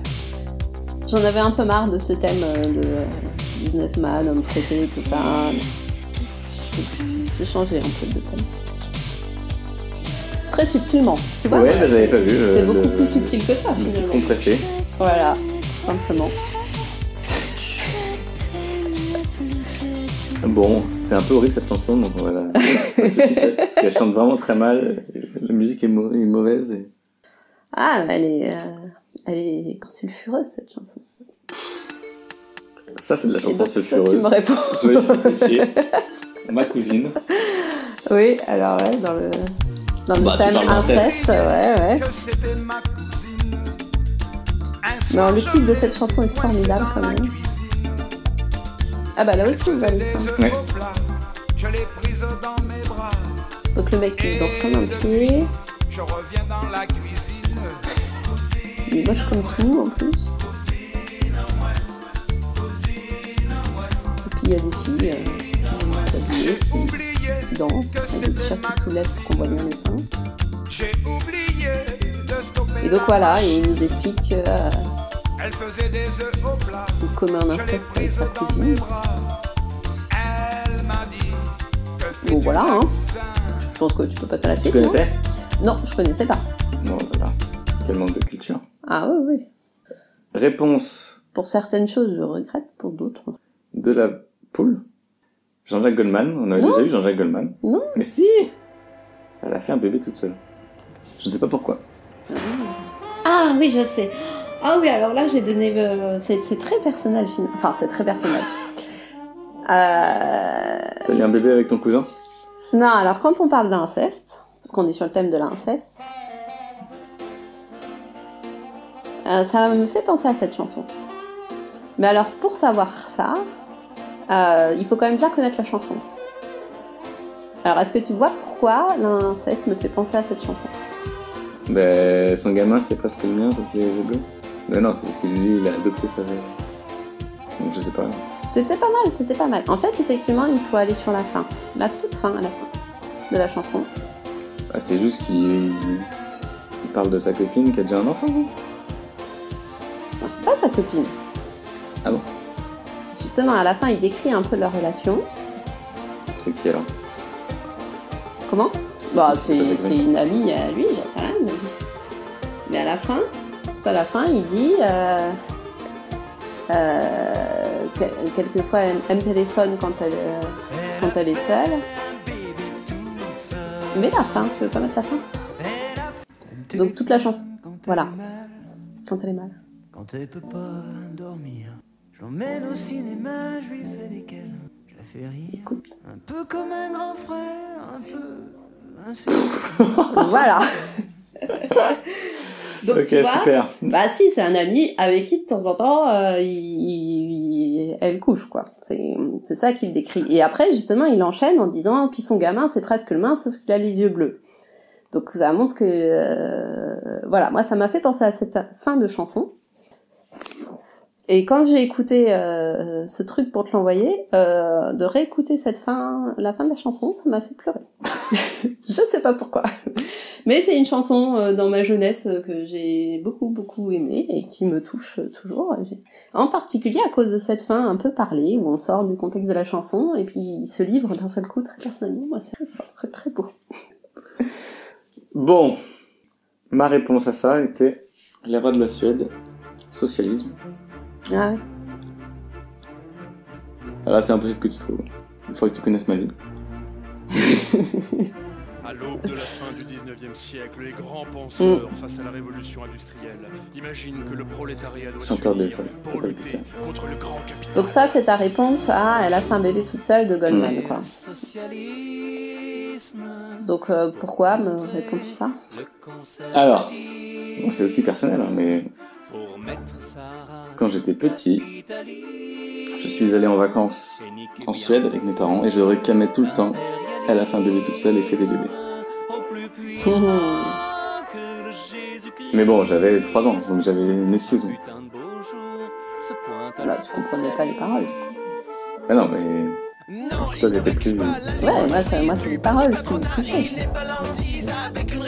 Speaker 2: J'en avais un peu marre de ce thème euh, de euh, businessman, homme pressé, tout ça. J'ai changé un peu de thème. Très subtilement, tu vois.
Speaker 1: Ouais, bah, j'avais pas vu. euh,
Speaker 2: C'est beaucoup
Speaker 1: le-
Speaker 2: plus subtil que toi,
Speaker 1: Le
Speaker 2: finalement.
Speaker 1: citron pressé.
Speaker 2: Voilà, tout simplement.
Speaker 1: Bon, c'est un peu horrible cette chanson, donc voilà. Ça suffit peut-être, parce qu'elle chante vraiment très mal. La musique est, mau- est mauvaise. et-
Speaker 2: Ah, mais elle est, euh, elle est sulfureuse, cette chanson.
Speaker 1: Ça, c'est de la
Speaker 2: Et
Speaker 1: chanson
Speaker 2: donc, ça, tu
Speaker 1: sulfureuse.
Speaker 2: me réponds.
Speaker 1: Zoé Pelletier, ma cousine.
Speaker 2: Oui, alors ouais, dans le, dans le
Speaker 1: Bah, tu
Speaker 2: thème
Speaker 1: parles d'inceste.
Speaker 2: inceste, ouais, ouais.
Speaker 5: Que c'était ma cousine. Un
Speaker 2: Non,
Speaker 5: soir,
Speaker 2: le
Speaker 5: je
Speaker 2: clip de
Speaker 5: l'ai
Speaker 2: cette chanson est formidable
Speaker 5: coincée
Speaker 2: quand
Speaker 5: dans la
Speaker 2: même.
Speaker 5: cuisine.
Speaker 2: Ah bah là aussi, on
Speaker 5: Faisais
Speaker 2: va aller
Speaker 5: des
Speaker 2: ça.
Speaker 5: œufs
Speaker 1: Ouais.
Speaker 5: au plat. Je l'ai prise dans mes bras.
Speaker 2: Donc le mec il danse comme un pied,
Speaker 5: Je reviens dans la cuisine.
Speaker 2: il est moche comme tout en plus. Et puis il y a des filles euh, qui sont habillées, qui,
Speaker 5: Oublié,
Speaker 2: qui dansent, avec des t-shirts qui soulèvent pour qu'on voit bien les seins.
Speaker 5: j'ai oublié de stopper.
Speaker 2: Et donc
Speaker 5: la
Speaker 2: voilà,
Speaker 5: marche.
Speaker 2: et il nous explique euh, qu'il
Speaker 5: Elle faisait des œufs au plat.
Speaker 2: commet un
Speaker 5: Je l'ai
Speaker 2: inceste avec
Speaker 5: prise
Speaker 2: sa
Speaker 5: dans mes
Speaker 2: cousine.
Speaker 5: bras. Elle m'a dit que
Speaker 2: Bon voilà, hein. je pense que tu peux passer à la
Speaker 1: Tu
Speaker 2: suite. non
Speaker 1: connaissais
Speaker 2: Non, je connaissais pas.
Speaker 1: Non, voilà. Quel manque de culture.
Speaker 2: Ah oui, oui.
Speaker 1: Réponse
Speaker 2: Pour certaines choses, je regrette, pour d'autres.
Speaker 1: de la poule. Jean-Jacques Goldman. On avait
Speaker 2: Non.
Speaker 1: déjà eu Jean-Jacques Goldman.
Speaker 2: Non.
Speaker 1: Mais si Elle a fait un bébé toute seule. Je ne sais pas pourquoi.
Speaker 2: Ah oui, je sais. Ah oui, alors là, j'ai donné. euh, c'est c'est très personnel, finalement. Enfin, c'est très personnel. Euh,
Speaker 1: T'as eu un bébé avec ton cousin
Speaker 2: Non, alors quand on parle d'inceste, parce qu'on est sur le thème de l'inceste, euh, ça me fait penser à cette chanson. Mais alors pour savoir ça, euh, il faut quand même bien connaître la chanson. Alors est-ce que tu vois pourquoi l'inceste me fait penser à cette chanson
Speaker 1: Ben, son gamin, c'est presque le mien, sauf qu'il a les yeux bleus. Ben non, c'est parce que lui, il a adopté sa mère. Donc je sais pas.
Speaker 2: C'était pas mal, c'était pas mal. En fait, effectivement, il faut aller sur la fin, la toute fin à la fin de la chanson.
Speaker 1: Ah, c'est juste qu'il il parle de sa copine qui a déjà un enfant. non
Speaker 2: Enfin, c'est pas sa copine.
Speaker 1: Ah bon
Speaker 2: Justement, à la fin, il décrit un peu leur relation.
Speaker 1: C'est qui alors
Speaker 2: Comment
Speaker 1: C'est
Speaker 2: Bah,
Speaker 1: qui C'est pas
Speaker 2: c'est
Speaker 1: sa
Speaker 2: c'est
Speaker 1: copine
Speaker 2: une amie à lui, j'en sais rien. Mais, mais à la fin, tout à la fin, il dit euh, euh, que- quelquefois elle, elle me téléphone quand elle, euh, quand elle est seule. Mais la fin, tu veux pas mettre la fin Donc toute la chanson. Voilà. Quand elle est mal.
Speaker 5: Quand elle peut pas dormir, je l'emmène au cinéma, je lui fais des câlins, je la fais rire.
Speaker 2: Écoute.
Speaker 5: Un peu comme un grand frère, un peu insolite.
Speaker 2: voilà. Donc
Speaker 1: Ok,
Speaker 2: tu vois,
Speaker 1: super.
Speaker 2: Bah si, c'est un ami avec qui de temps en temps euh, il, il- elle couche quoi. C'est c'est ça qu'il décrit. Et après justement il enchaîne en disant puis son gamin c'est presque le mien sauf qu'il a les yeux bleus. Donc ça montre que euh, voilà moi ça m'a fait penser à cette fin de chanson. Et quand j'ai écouté euh, ce truc pour te l'envoyer, euh, de réécouter cette fin, la fin de la chanson, ça m'a fait pleurer. Je sais pas pourquoi. Mais c'est une chanson euh, dans ma jeunesse euh, que j'ai beaucoup beaucoup aimée et qui me touche euh, toujours. J'ai- En particulier à cause de cette fin un peu parlée où on sort du contexte de la chanson et puis ce livre d'un seul coup très personnellement, moi c'est très fort, très, très beau.
Speaker 1: Bon, ma réponse à ça était les rois de la Suède, socialisme.
Speaker 2: Ah ouais.
Speaker 1: Alors Ah, là, c'est impossible que tu trouves. Il faudrait que tu connaisses ma vie.
Speaker 10: À l'aube de la fin du 19e siècle, les grands penseurs,
Speaker 1: Mm.
Speaker 10: face à la révolution industrielle, imaginent que le prolétariat doit
Speaker 1: Chanteur de
Speaker 10: s'unir
Speaker 1: fol-
Speaker 10: pour
Speaker 1: Fatal
Speaker 10: lutter
Speaker 1: Putain.
Speaker 10: contre le grand capital.
Speaker 2: Donc ça c'est ta réponse à Elle a fait un bébé toute seule de Goldman
Speaker 1: Mm.
Speaker 2: quoi.
Speaker 5: Socialisme,
Speaker 2: Donc euh, pourquoi me réponds-tu ça
Speaker 1: Alors, bon, c'est aussi personnel, hein, mais
Speaker 5: pour mettre sa race
Speaker 1: quand j'étais petit, je suis allé en vacances en Suède avec mes parents et je réclamais tout le temps Elle a fait un bébé toute seule et fait des bébés.
Speaker 5: au plus puissant
Speaker 2: Hum,
Speaker 5: que le Jésus-Christ.
Speaker 1: Mais bon, j'avais 3 ans, donc j'avais une excuse. mais-
Speaker 5: Putain de beau jour, se pointe à
Speaker 2: Bah tu comprenais pas les paroles.
Speaker 1: Ah non, mais toi, t'étais plus.
Speaker 2: Ouais moi c'est moi, c'est les paroles qui me touchaient.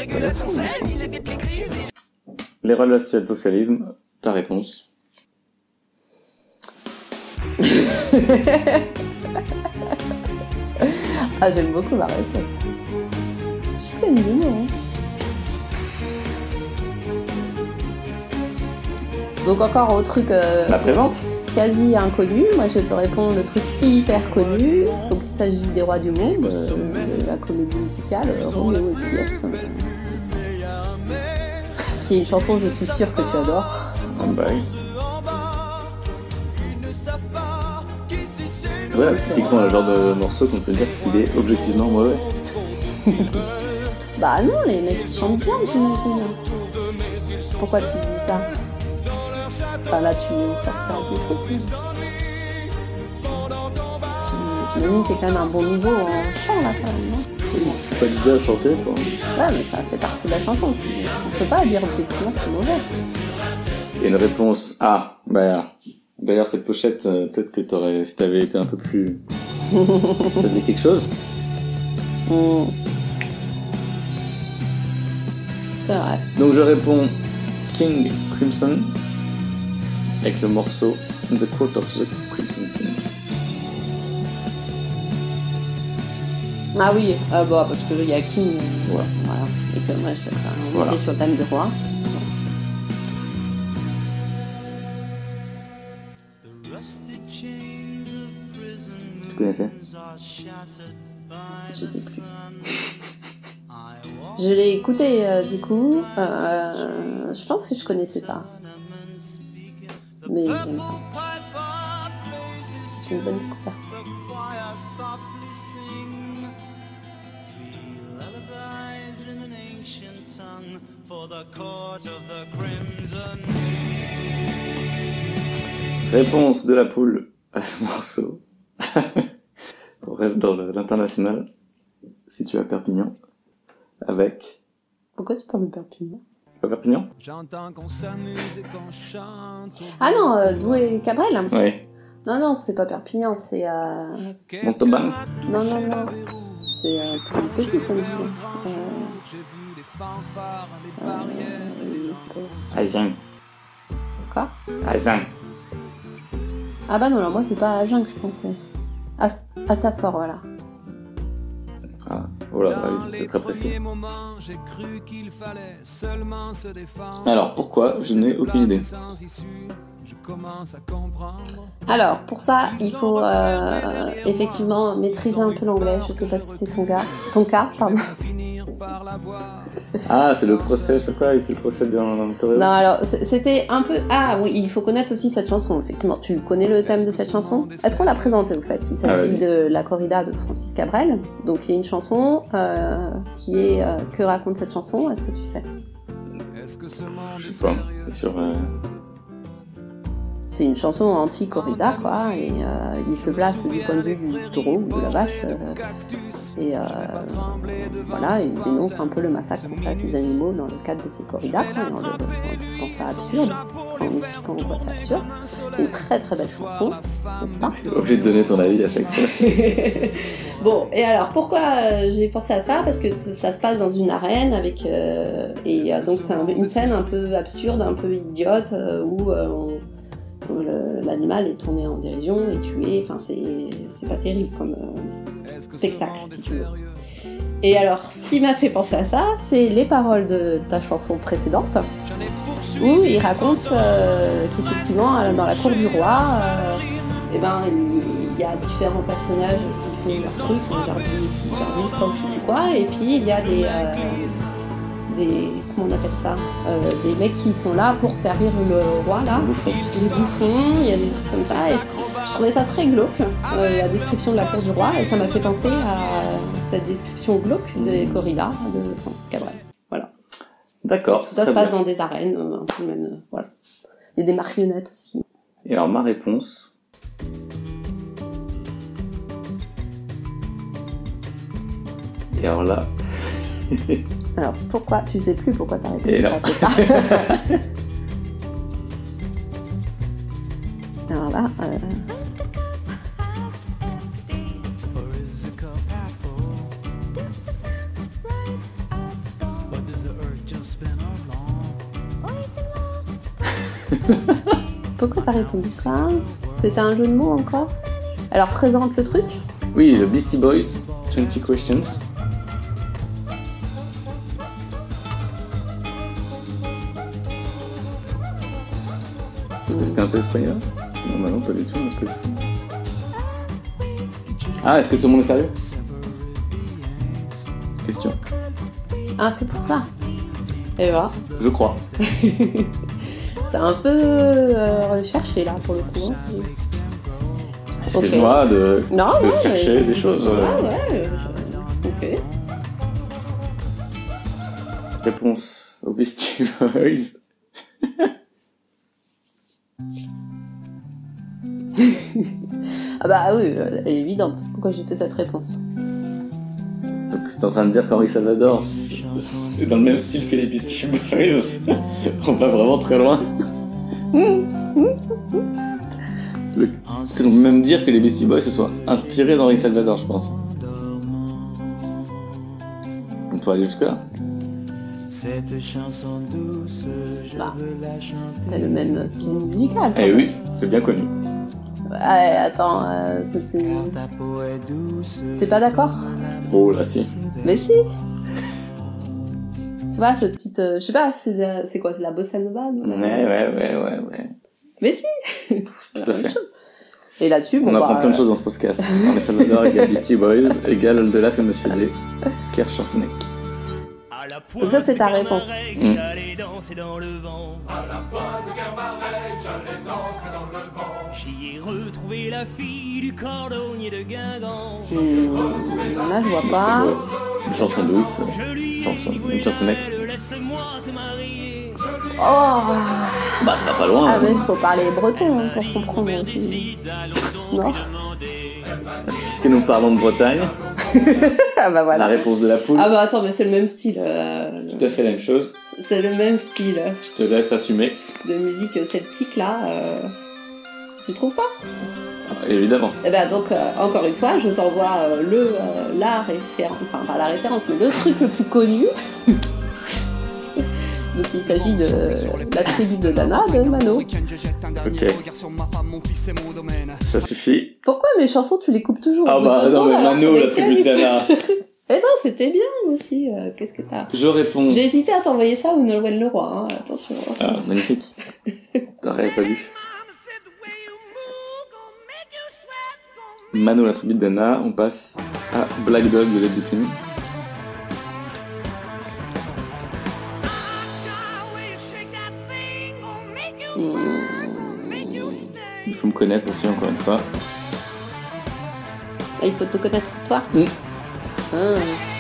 Speaker 1: Ça la fout, je pense. Les rois de la Suède, socialisme, ta réponse.
Speaker 2: Ah j'aime beaucoup ma réponse. Je suis pleine d'humour. hein. Donc encore au truc euh,
Speaker 1: La présente
Speaker 2: quasi inconnu, moi je te réponds le truc hyper connu. Donc il s'agit des rois du monde, euh, de la comédie musicale euh, Roméo et Juliette. euh, qui est une chanson je suis sûre que tu adores.
Speaker 1: Ah bah oui. Voilà, typiquement le genre de morceau qu'on peut dire qu'il est objectivement mauvais.
Speaker 2: Bah non, les mecs ils chantent bien, j'imagine. Pourquoi tu dis ça Enfin là, tu veux sortir avec le truc. mais- J'im- J'imagine qu'il y a quand même un bon niveau en chant là quand même. non
Speaker 1: Il suffit pas de bien chanter, quoi.
Speaker 2: ouais, mais ça fait partie de la chanson aussi. On peut pas dire objectivement que c'est mauvais.
Speaker 1: Et une réponse A. Bah, d'ailleurs, cette pochette, euh, peut-être que t'aurais, si t'avais été un peu plus. Ça te dit quelque chose
Speaker 2: Hmm. C'est vrai.
Speaker 1: Donc je réponds King Crimson avec le morceau The Court of the Crimson King.
Speaker 2: Ah oui, euh, bah, parce qu'il y a Kim. euh, Voilà. Et que moi, je- enfin, on
Speaker 1: Voilà.
Speaker 2: était sur Dame du Roi.
Speaker 1: Tu connaissais
Speaker 2: Je sais plus. Je l'ai écouté euh, du coup. euh, je pense que je connaissais pas. Mais j'aime pas. C'est une bonne découverte.
Speaker 1: Réponse de la poule à ce morceau. On reste dans le- l'international, situé à Perpignan, avec...
Speaker 2: Pourquoi tu parles de Perpignan
Speaker 1: C'est pas Perpignan
Speaker 2: Ah non, euh, Doué Cabrel
Speaker 1: Ouais.
Speaker 2: Non, non, c'est pas Perpignan, c'est. euh,
Speaker 1: Montauban
Speaker 2: Non, non, non. C'est euh, plus petit comme ville. Euh, euh,
Speaker 1: Aizang.
Speaker 2: Quoi
Speaker 1: Aizang.
Speaker 2: Ah bah non, alors moi c'est pas à Agen que je pensais. À, S- à Stafford, voilà.
Speaker 1: Ah, oh là, oui, c'est très précis. Alors, pourquoi Je n'ai aucune idée.
Speaker 2: Alors, pour ça, il faut euh, effectivement maîtriser un peu l'anglais. Je sais pas si c'est ton, gars, ton cas, pardon.
Speaker 1: Euh. Ah, c'est le procès, je sais pas quoi, c'est le procès d'un torero.
Speaker 2: Non, alors, c- c'était un peu... Ah oui, il faut connaître aussi cette chanson, effectivement. Tu connais le thème de cette chanson Est-ce qu'on l'a présentée, au fait Il
Speaker 1: Ah, vas-y.
Speaker 2: s'agit de La Corrida de Francis Cabrel. Donc, il y a une chanson euh, qui est... euh, que raconte cette chanson Est-ce que tu sais
Speaker 1: Je sais pas, c'est sur... euh,
Speaker 2: C'est une chanson anti-corrida, quoi, et euh, il se place du point de vue du taureau ou de la vache, euh, et euh, voilà, il dénonce un peu le massacre qu'on fait à ces animaux dans le cadre de ces corridas, quoi, et en, le, en trouvant ça absurde, enfin, en expliquant pourquoi c'est absurde. C'est une très très belle chanson, n'est-ce pas
Speaker 1: T'es pas obligé de donner ton avis à chaque fois.
Speaker 2: bon, et alors pourquoi euh, j'ai pensé à ça Parce que tout- ça se passe dans une arène avec euh, et euh, donc c'est un- une scène un peu absurde, un peu idiote euh, où, euh, on- où le- l'animal est tourné en dérision et tué. Enfin, c'est c'est pas terrible comme euh, spectacle si tu veux. Et alors, ce qui m'a fait penser à ça, c'est les paroles de ta chanson précédente, où il raconte euh, qu'effectivement, euh, dans la cour du roi, et ben, il, il y a différents personnages qui font leurs trucs, un jardin, un jardin, je crois, je sais plus quoi, et puis il y a des, euh, des comment on appelle ça, Euh, des mecs qui sont là pour faire rire le roi là, des bouffons, il y a des trucs comme ça. Et je trouvais ça très glauque, euh, la description de la cour du roi, et ça m'a fait penser à cette description glauque des corridas de Francis Cabrel. Voilà.
Speaker 1: D'accord.
Speaker 2: Tout ça se
Speaker 1: très
Speaker 2: passe
Speaker 1: bien.
Speaker 2: dans des arènes, euh, un peu le même, euh, voilà. Il y a des marionnettes aussi.
Speaker 1: Et alors, ma réponse... Et alors là...
Speaker 2: Alors pourquoi tu sais plus pourquoi t'as
Speaker 1: Et
Speaker 2: répondu ça,
Speaker 1: alors
Speaker 2: c'est ça Alors là, euh, pourquoi t'as répondu ça C'était un jeu de mots encore Alors présente le truc.
Speaker 1: Oui, le Beastie Boys, 20 Questions. Est-ce que c'était un peu espagnol Non, bah non, pas du tout, non, pas du tout. Ah, est-ce que ce monde est sérieux Question.
Speaker 2: Ah c'est pour ça. Et voilà.
Speaker 1: Je crois.
Speaker 2: T'as un peu euh, recherché là pour le coup. hein.
Speaker 1: Excuse-moi de,
Speaker 2: Non,
Speaker 1: de
Speaker 2: non,
Speaker 1: chercher
Speaker 2: mais-
Speaker 1: des choses.
Speaker 2: Ah
Speaker 1: euh,
Speaker 2: ouais, je- ok.
Speaker 1: Réponse au Beastie Boys.
Speaker 2: Ah bah oui, elle est évidente. Pourquoi j'ai fait cette réponse
Speaker 1: Donc, c'est en train de dire qu'Henri Salvador, c'est dans le même style que les Beastie Boys. On va vraiment très loin. Tu peux même dire que les Beastie Boys se sont inspirés d'Henri Salvador, je pense. On peut aller jusque-là.
Speaker 11: Cette chanson douce, je
Speaker 2: Bah,
Speaker 11: veux la chanter.
Speaker 2: T'as le même style musical.
Speaker 1: Eh oui, c'est bien connu.
Speaker 2: Ouais, attends, euh, c'était. T'es pas d'accord
Speaker 1: Oh là, si.
Speaker 2: Mais si Tu vois, cette petite. euh, je sais pas, c'est de- c'est quoi C'est de la bossa nova non
Speaker 1: Ouais, ouais, ouais, ouais, ouais. Bah,
Speaker 2: Mais si
Speaker 1: Tout à fait.
Speaker 2: Et là-dessus, bon.
Speaker 1: On apprend
Speaker 2: bah,
Speaker 1: plein de choses dans ce podcast. On est Salvador égale Beastie Boys égale Oldelaf et Monsieur D. Kerr Schwarzenegger.
Speaker 2: Donc, ça, c'est ta réponse.
Speaker 1: Mm.
Speaker 5: J'allais danser dans le vent. À la pointe de Garbaret, j'allais danser dans le vent. J'y ai retrouvé la fille du cordonnier de Guingamp.
Speaker 2: Hmm, Là, je vois pas.
Speaker 1: Une chanson de ouf. euh, Chanson, une chansonnette.
Speaker 2: Oh
Speaker 1: Bah, ça va pas loin.
Speaker 2: Ah, mais
Speaker 1: hein.
Speaker 2: il faut parler breton hein, pour comprendre aussi. Non
Speaker 1: Puisque nous parlons de Bretagne,
Speaker 2: Ah, bah
Speaker 1: la
Speaker 2: voilà.
Speaker 1: réponse de la poule,
Speaker 2: Ah, bah attends, mais c'est le même style. euh,
Speaker 1: tout à fait la même chose.
Speaker 2: c'est le même style
Speaker 1: Je te laisse assumer.
Speaker 2: de musique celtique là. euh, Tu trouves pas
Speaker 1: Ah, Évidemment.
Speaker 2: Eh ben donc, euh, encore une fois, je t'envoie euh, le, euh, la référence, enfin pas la référence, mais le truc le plus connu. donc il s'agit de la tribu de Dana de Mano.
Speaker 1: hein, Ok. Ça suffit.
Speaker 2: Pourquoi mes chansons tu les coupes toujours au
Speaker 1: Ah
Speaker 2: bout de
Speaker 1: bah
Speaker 2: deux
Speaker 1: non,
Speaker 2: secondes,
Speaker 1: mais
Speaker 2: alors qu'on
Speaker 1: Mano, la
Speaker 2: les
Speaker 1: tribu de
Speaker 2: qualifie
Speaker 1: Dana.
Speaker 2: Eh ben c'était bien aussi, euh, qu'est-ce que t'as
Speaker 1: Je réponds.
Speaker 2: J'ai hésité à t'envoyer ça ou Nolwenn Leroy, hein, attention.
Speaker 1: Ah, magnifique. T'aurais pas vu. Mano la tribu de Dana, on passe à Black Dog de Led Zeppelin. Il faut me connaître aussi encore une fois.
Speaker 2: Et il faut te connaître toi.
Speaker 1: Mm.
Speaker 2: Ah,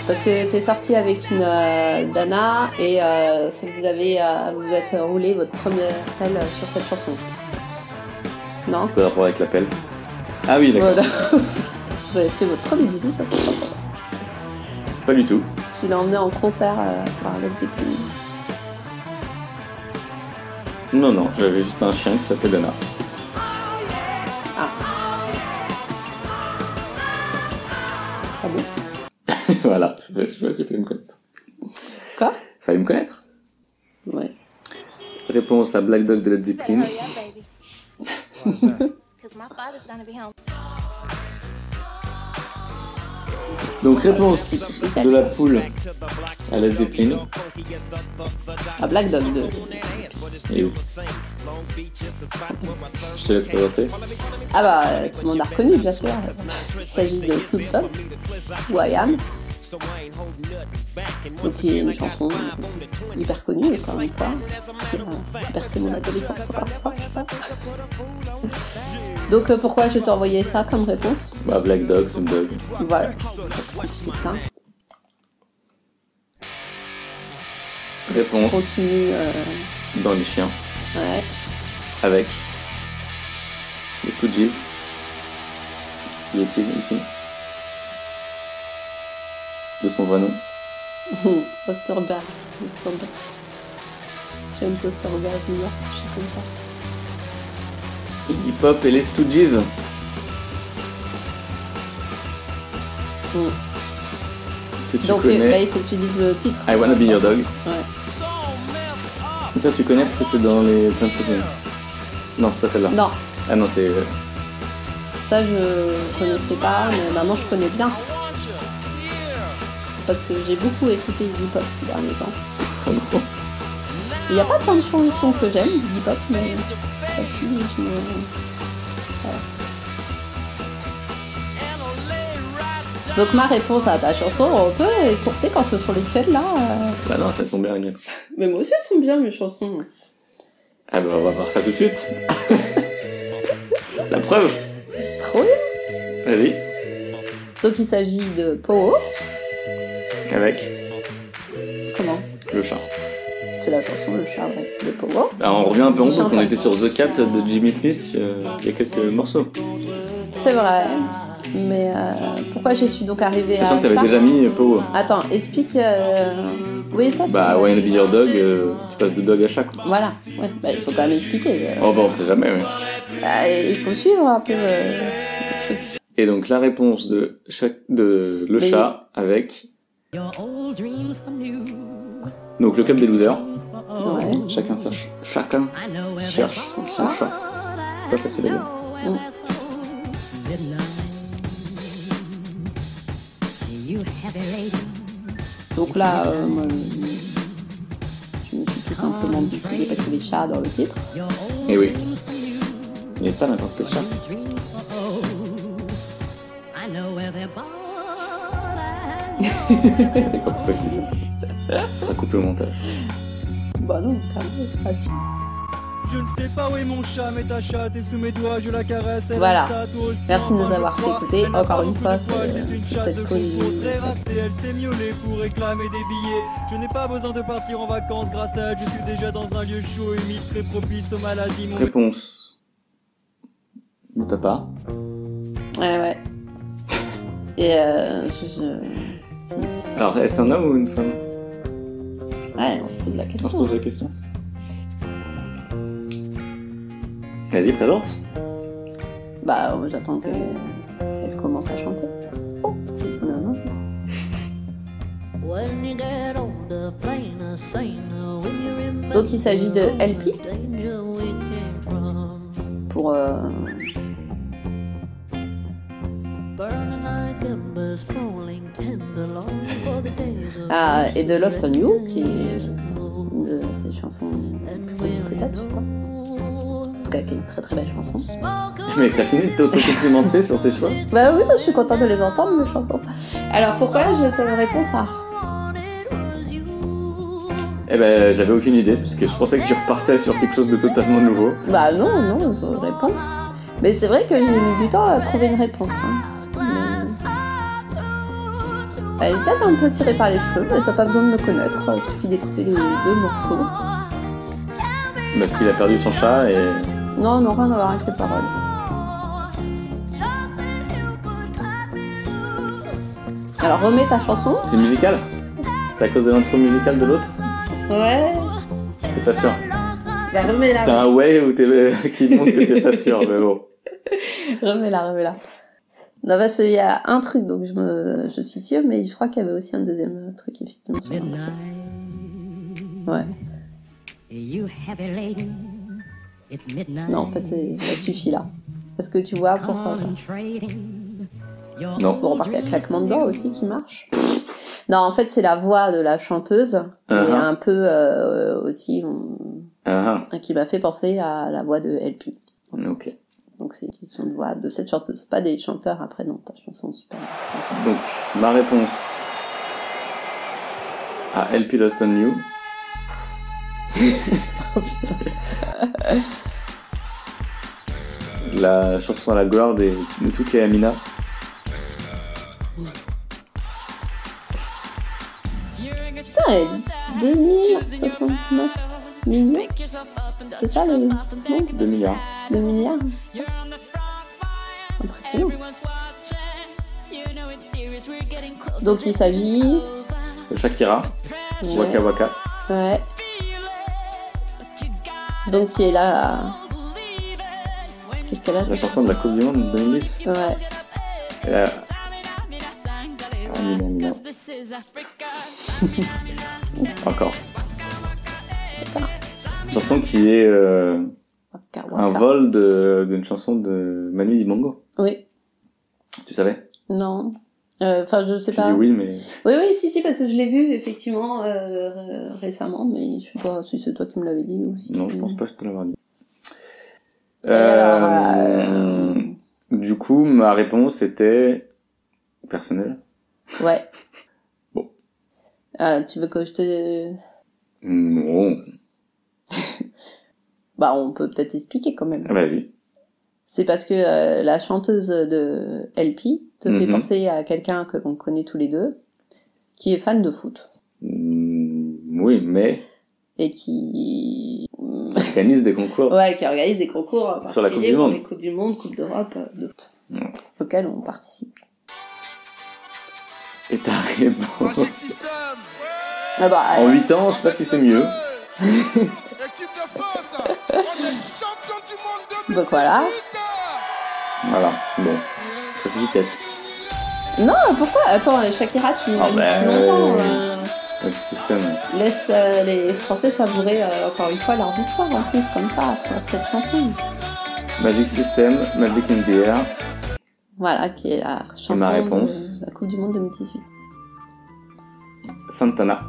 Speaker 2: parce que t'es sorti avec une euh, Dana et euh, ça vous avez euh, vous êtes roulé votre première pelle sur cette chanson. Non
Speaker 1: C'est quoi le rapport avec l'appel Ah oui, d'accord.
Speaker 2: Voilà. Vous avez fait votre premier bisou sur cette chanson.
Speaker 1: Pas du tout.
Speaker 2: Tu l'as emmené en concert euh, par le début.
Speaker 1: Non, non, j'avais juste un chien qui s'appelait Dana.
Speaker 2: Ah bon
Speaker 1: voilà, je je vois que j'ai failli me connaître.
Speaker 2: Quoi
Speaker 1: Fallait me connaître.
Speaker 2: Ouais.
Speaker 1: Réponse à Black Dog de Led Zeppelin.
Speaker 4: Oh,
Speaker 1: Donc réponse de la poule à Led Zeppelin.
Speaker 2: À Black Dog 2.
Speaker 1: Et où Je te laisse présenter.
Speaker 2: Ah bah euh, tout le monde a reconnu bien sûr. Il s'agit de Snoop Dogg, Who I Am. Donc qui est une chanson hyper connue encore une fois, qui a bercé mon adolescence encore une fois, je sais pas. Donc euh, pourquoi je t'ai envoyé ça comme réponse
Speaker 1: Bah Black Dog, Snoop Dogg.
Speaker 2: Voilà, je t'explique ça. On
Speaker 1: Réponse
Speaker 2: continue. euh,
Speaker 1: dans les chiens
Speaker 2: ouais.
Speaker 1: avec les Stooges. Qui est-il ici De son vrai nom.
Speaker 2: Osterberg. Osterberg. James Osterberg, New York, je sais comme ça.
Speaker 1: Iggy Pop et les Stooges.
Speaker 2: Mm.
Speaker 1: Que tu
Speaker 2: Donc euh,
Speaker 1: connais.
Speaker 2: bah, il faut que tu dises le titre.
Speaker 1: I Wanna Be Your Dog.
Speaker 2: Ouais.
Speaker 1: Ça, tu connais parce que c'est dans les plein de trucs. Non, c'est pas celle-là.
Speaker 2: Non,
Speaker 1: Ah non, c'est. euh,
Speaker 2: ça je connaissais pas, mais maintenant je connais bien. Parce que j'ai beaucoup écouté Iggy Pop ces derniers temps. Il n'y a pas tant de chansons que j'aime, Iggy Pop, mais là-dessus, je me- voilà. Donc ma réponse à ta chanson, on peut écourter quand ce sont les tiennes là. euh.
Speaker 1: Bah non, ça sont bien les miennes.
Speaker 2: Mais moi aussi elles sont bien mes chansons.
Speaker 1: Ah bah on va voir ça tout de suite. La preuve.
Speaker 2: Trop bien.
Speaker 1: Vas-y.
Speaker 2: Donc il s'agit de Poho.
Speaker 1: Avec
Speaker 2: Comment
Speaker 1: le chat.
Speaker 2: C'est la chanson Le chat ouais, de Poho.
Speaker 1: Bah, on revient un peu en
Speaker 2: Qui
Speaker 1: boucle. On
Speaker 2: chante.
Speaker 1: était sur The Cat de Jimmy Smith euh, il y a quelques morceaux.
Speaker 2: C'est vrai. Mais euh, pourquoi je suis donc arrivée
Speaker 1: Sachant
Speaker 2: à
Speaker 1: que t'avais
Speaker 2: ça
Speaker 1: déjà mis Power.
Speaker 2: Attends, explique. euh, Oui, ça c'est.
Speaker 1: Bah, Wayne Be Your Dog, euh, tu passes de dog à chat quoi.
Speaker 2: Voilà. Ouais, bah, il faut quand même expliquer. euh.
Speaker 1: Oh bah on sait jamais, ouais.
Speaker 2: Bah, il faut suivre un peu. euh,
Speaker 1: Et donc la réponse de, chaque, de le
Speaker 2: Mais-
Speaker 1: chat avec. Donc le club des losers.
Speaker 2: Ouais.
Speaker 1: Chacun, cherche, chacun cherche son, son chat. Pas facile à dire.
Speaker 9: Good You have a radio.
Speaker 2: Donc là, euh, moi, je me suis tout simplement décidée parce qu'il y avait chat dans le titre.
Speaker 1: Eh oui. Mais pas n'importe quel chat.
Speaker 9: I know where they're born.
Speaker 1: D'accord, pourquoi je fais ça Ce sera coupé au montage.
Speaker 2: Bah non, carrément, c'est pas sûr.
Speaker 12: Je ne sais pas où est mon chat, mais ta chatte est sous mes doigts, je la caresse. elle
Speaker 2: Voilà.
Speaker 12: reste à toi aussi,
Speaker 2: Merci de nous
Speaker 12: enfin, je
Speaker 2: avoir
Speaker 12: crois.
Speaker 2: écoutés.
Speaker 12: Elle n'a pas
Speaker 2: Encore une
Speaker 12: beaucoup
Speaker 2: fois,
Speaker 12: de
Speaker 2: c'est-
Speaker 12: poils, c'est une
Speaker 2: toute
Speaker 12: chatte
Speaker 2: cette
Speaker 12: de
Speaker 2: poésie,
Speaker 12: concours très
Speaker 2: cette-
Speaker 12: racée, Elle s'est miaulée pour réclamer des billets. Je n'ai pas besoin de partir en vacances grâce à elle. Je suis déjà dans un lieu chaud, humide, très propice aux maladies. Mon
Speaker 1: Réponse. De papa.
Speaker 2: Ouais, ouais. Et euh, je. je- si- si- si.
Speaker 1: Alors, est-ce un homme ou une femme
Speaker 2: Ouais, on se pose la question.
Speaker 1: On se pose la question. Vas-y, présente.
Speaker 2: Bah, euh, j'attends qu'elle elle commence à chanter. Oh Non, non.
Speaker 9: When you get older, plainer, saner, when you remember
Speaker 2: Donc, il s'agit de
Speaker 9: all the
Speaker 2: LP.
Speaker 9: danger we came from.
Speaker 2: Pour. euh,
Speaker 9: Burning like embers, falling tender, long for the days of
Speaker 2: Ah, et de Lost on You, qui est une de ses chansons les plus connues peut-être, je crois. En tout cas, qui est une très très belle chanson.
Speaker 1: Mais t'as fini de t'auto-complimenter sur tes choix
Speaker 2: Bah oui, je suis contente de les entendre, mes chansons. Alors pourquoi je te réponds ça
Speaker 1: Eh ben, j'avais aucune idée, parce que je pensais que tu repartais sur quelque chose de totalement nouveau.
Speaker 2: Bah non, non, je réponds. Mais c'est vrai que j'ai mis du temps à trouver une réponse. hein. Mais- Elle est peut-être un peu tirée par les cheveux, mais t'as pas besoin de me connaître. Il suffit d'écouter les deux morceaux.
Speaker 1: Parce qu'il a perdu son chat et.
Speaker 2: Non, non, rien à voir avec les paroles. Alors remets ta chanson.
Speaker 1: C'est musical C'est à cause de l'intro musicale de l'autre
Speaker 2: Ouais.
Speaker 1: T'es pas sûr
Speaker 2: Bah remets-la.
Speaker 1: T'as un way ou t'es... qui montre que t'es pas sûr, mais bon.
Speaker 2: Remets-la, remets-la. Non, parce qu'il y a un truc, donc je, me, je suis sûre, mais je crois qu'il y avait aussi un deuxième truc, effectivement. sur l'intro. Ouais.
Speaker 9: You have a lady. It's midnight.
Speaker 2: Non, en fait, c'est- ça suffit là. Parce que tu vois, pourquoi pas.
Speaker 1: Non.
Speaker 2: Bon, remarque, il y a le claquement de doigts aussi qui marche. Non, en fait, c'est la voix de la chanteuse qui est
Speaker 1: Uh-huh.
Speaker 2: un peu euh, aussi. on-
Speaker 1: Ah,
Speaker 2: qui m'a fait penser à la voix de LP. en fait.
Speaker 1: Ok.
Speaker 2: Donc, c'est une question de voix de cette chanteuse, pas des chanteurs après dans ta chanson super.
Speaker 1: ah. donc, ma réponse à LP Lost on You.
Speaker 2: Oh,
Speaker 1: La chanson à la gloire des... de toutes les Amina.
Speaker 2: Putain, elle est 2069 millions C'est ça le nombre
Speaker 1: 2 milliards.
Speaker 2: de milliards c'est ça Impressionnant. Donc il s'agit.
Speaker 1: Shakira.
Speaker 2: Ouais.
Speaker 1: Waka Waka.
Speaker 2: Ouais. Donc qui est là. Qu'est-ce qu'elle a
Speaker 1: La
Speaker 2: cette
Speaker 1: chanson de la Coupe du Monde de 2010.
Speaker 2: Ouais.
Speaker 1: Euh, Amina, Amina. Encore. Chanson qui est euh, un vol de- d'une chanson de Manu Dibango.
Speaker 2: Oui.
Speaker 1: Tu savais
Speaker 2: Non. Euh, Enfin, je sais
Speaker 1: Tu
Speaker 2: pas.
Speaker 1: dis oui, mais
Speaker 2: Oui, oui, si, si, parce que je l'ai vu effectivement euh, ré- récemment, mais je sais pas si c'est toi qui me l'avais dit ou si.
Speaker 1: non,
Speaker 2: c'est-
Speaker 1: je pense pas que je te l'avais dit.
Speaker 2: Mmh. Et alors,
Speaker 1: Euh, Du coup, ma réponse était personnelle.
Speaker 2: Ouais. bon. tu veux que je te.
Speaker 1: Non.
Speaker 2: Bah, on peut peut-être expliquer quand même.
Speaker 1: Ah, Vas-y.
Speaker 2: C'est parce que euh, la chanteuse de LP te fait
Speaker 1: Mhm.
Speaker 2: penser à quelqu'un que l'on connaît tous les deux, qui est fan de foot
Speaker 1: Mm, Oui, mais
Speaker 2: et qui.
Speaker 1: ça organise des concours.
Speaker 2: Ouais, qui organise des concours euh,
Speaker 1: Sur la Coupe
Speaker 2: particuliers
Speaker 1: du
Speaker 2: pour
Speaker 1: Monde.
Speaker 2: les Coupes du Monde, Coupe d'Europe, euh, de foot, auxquelles on participe.
Speaker 1: Et ta réponse.
Speaker 2: Ah bah,
Speaker 1: En 8 ans, je sais pas si c'est mieux.
Speaker 2: euh, donc voilà.
Speaker 1: Voilà, bon. Ça suffit peut-être.
Speaker 2: Non, pourquoi Attends, euh, Shakira, tu nous
Speaker 1: Ah
Speaker 2: as dit
Speaker 1: bah,
Speaker 2: longtemps.
Speaker 1: euh,
Speaker 2: euh,
Speaker 1: Le système.
Speaker 2: Laisse euh, les Français savourer euh, encore une fois leur victoire en plus, comme ça, à travers cette chanson.
Speaker 1: Magic System, Magic in the Air.
Speaker 2: Voilà, qui est la chanson
Speaker 1: ma
Speaker 2: de
Speaker 1: réponse
Speaker 2: la Coupe du Monde 2018.
Speaker 1: Santana.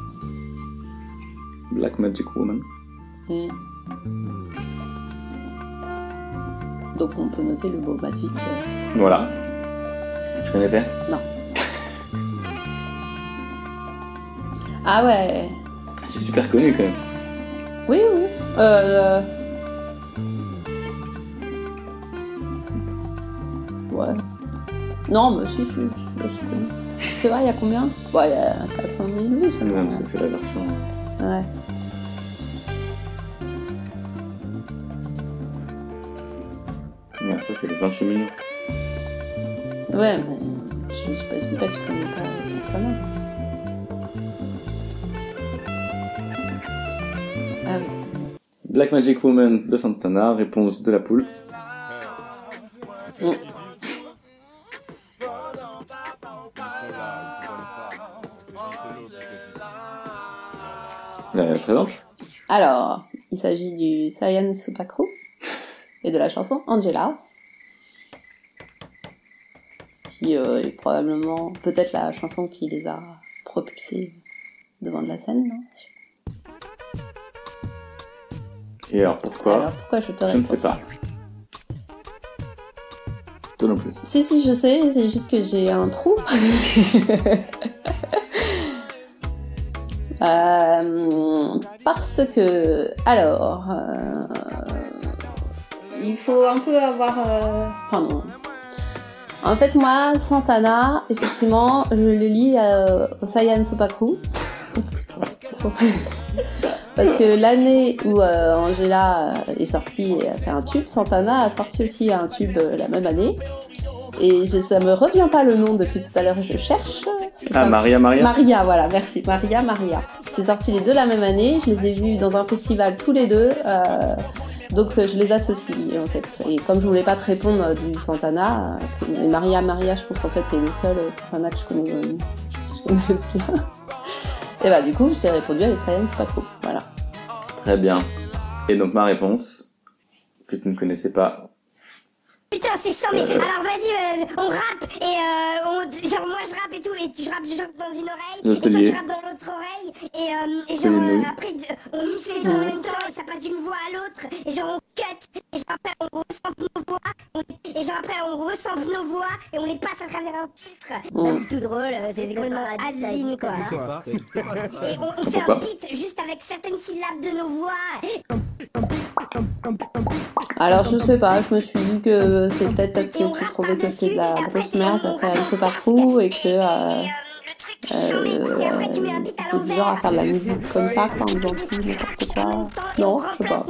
Speaker 1: Black Magic Woman.
Speaker 2: Mm.
Speaker 1: Hmm.
Speaker 2: Donc on peut noter le beau Magic. euh,
Speaker 1: Voilà. Tu connaissais
Speaker 2: Non. ah ouais
Speaker 1: C'est super connu quand même.
Speaker 2: Oui, oui. Euh, euh, Ouais. Non, mais si, si, je je te laisse connu. C'est vrai, il y a combien Bon, il y a 400 000 vues
Speaker 1: Non,
Speaker 2: seulement.
Speaker 1: parce que c'est la version.
Speaker 2: Ouais.
Speaker 1: Merde, ça c'est les 28 millions.
Speaker 2: Ouais, mais je, je, pas- je dis pas que je connais pas Santana. Ah oui.
Speaker 1: Black Magic Woman de Santana, réponse de la poule.
Speaker 2: Mm.
Speaker 1: Euh, présente
Speaker 2: Alors, il s'agit du Sayan Supakru et de la chanson Angela, qui euh, est probablement peut-être la chanson qui les a propulsés devant de la scène. Non
Speaker 1: Et alors pourquoi
Speaker 2: Alors, pourquoi je te
Speaker 1: ne
Speaker 2: réponds
Speaker 1: sais
Speaker 2: ça
Speaker 1: pas. Toi non plus.
Speaker 2: si, si, je sais, c'est juste que j'ai un trou. Euh, parce que, alors, euh, il faut un peu avoir. euh, Enfin, non. En fait, moi, Santana, effectivement, je le lis euh, au Sayan Sopaku. Parce que l'année où euh, Angela euh, est sortie et a fait un tube, Santana a sorti aussi un tube euh, la même année. Et je- ça me revient pas le nom depuis tout à l'heure, je cherche.
Speaker 1: Ah, Maria Maria
Speaker 2: Maria, voilà, merci. Maria, Maria. C'est sorti les deux la même année. Je les ai vus dans un festival tous les deux. euh, donc euh, je les associe en fait. Et comme je voulais pas te répondre euh, du Santana, euh, que- et Maria Maria, je pense en fait est le seul euh, Santana que je connais, euh, que je connaisse bien. Et bah du coup, je t'ai répondu avec Science pas trop. Voilà.
Speaker 1: Très bien. Et donc ma réponse, que tu ne connaissais pas.
Speaker 13: Putain, c'est chiant, mais alors vas-y, euh, on rappe et euh, on- genre moi je rappe et tout, et tu rappes, je rappe dans une oreille, et
Speaker 1: L'hôtelier.
Speaker 13: toi tu rappes dans l'autre oreille, et, euh, et genre
Speaker 1: Colline
Speaker 13: euh,
Speaker 1: Louis.
Speaker 13: après de- on mixe les deux en
Speaker 1: Ouais.
Speaker 13: même temps, et ça passe d'une voix à l'autre, et genre on cut, et genre après on ressemble nos voix, on- et genre après on ressemble nos voix, et on les passe à travers un filtre.
Speaker 1: Ouais.
Speaker 13: Tout drôle, euh, c'est complètement admin quoi. Et on, on fait un
Speaker 1: Pourquoi
Speaker 13: beat juste avec certaines syllabes de nos voix,
Speaker 2: Alors je sais pas, je me suis dit que c'est peut-être parce que tu trouvais que c'était de la grosse merde à Science pas trop et que euh, euh, c'était dur à faire de la musique comme ça, quoi, en disant tout n'importe quoi. Non, je sais pas.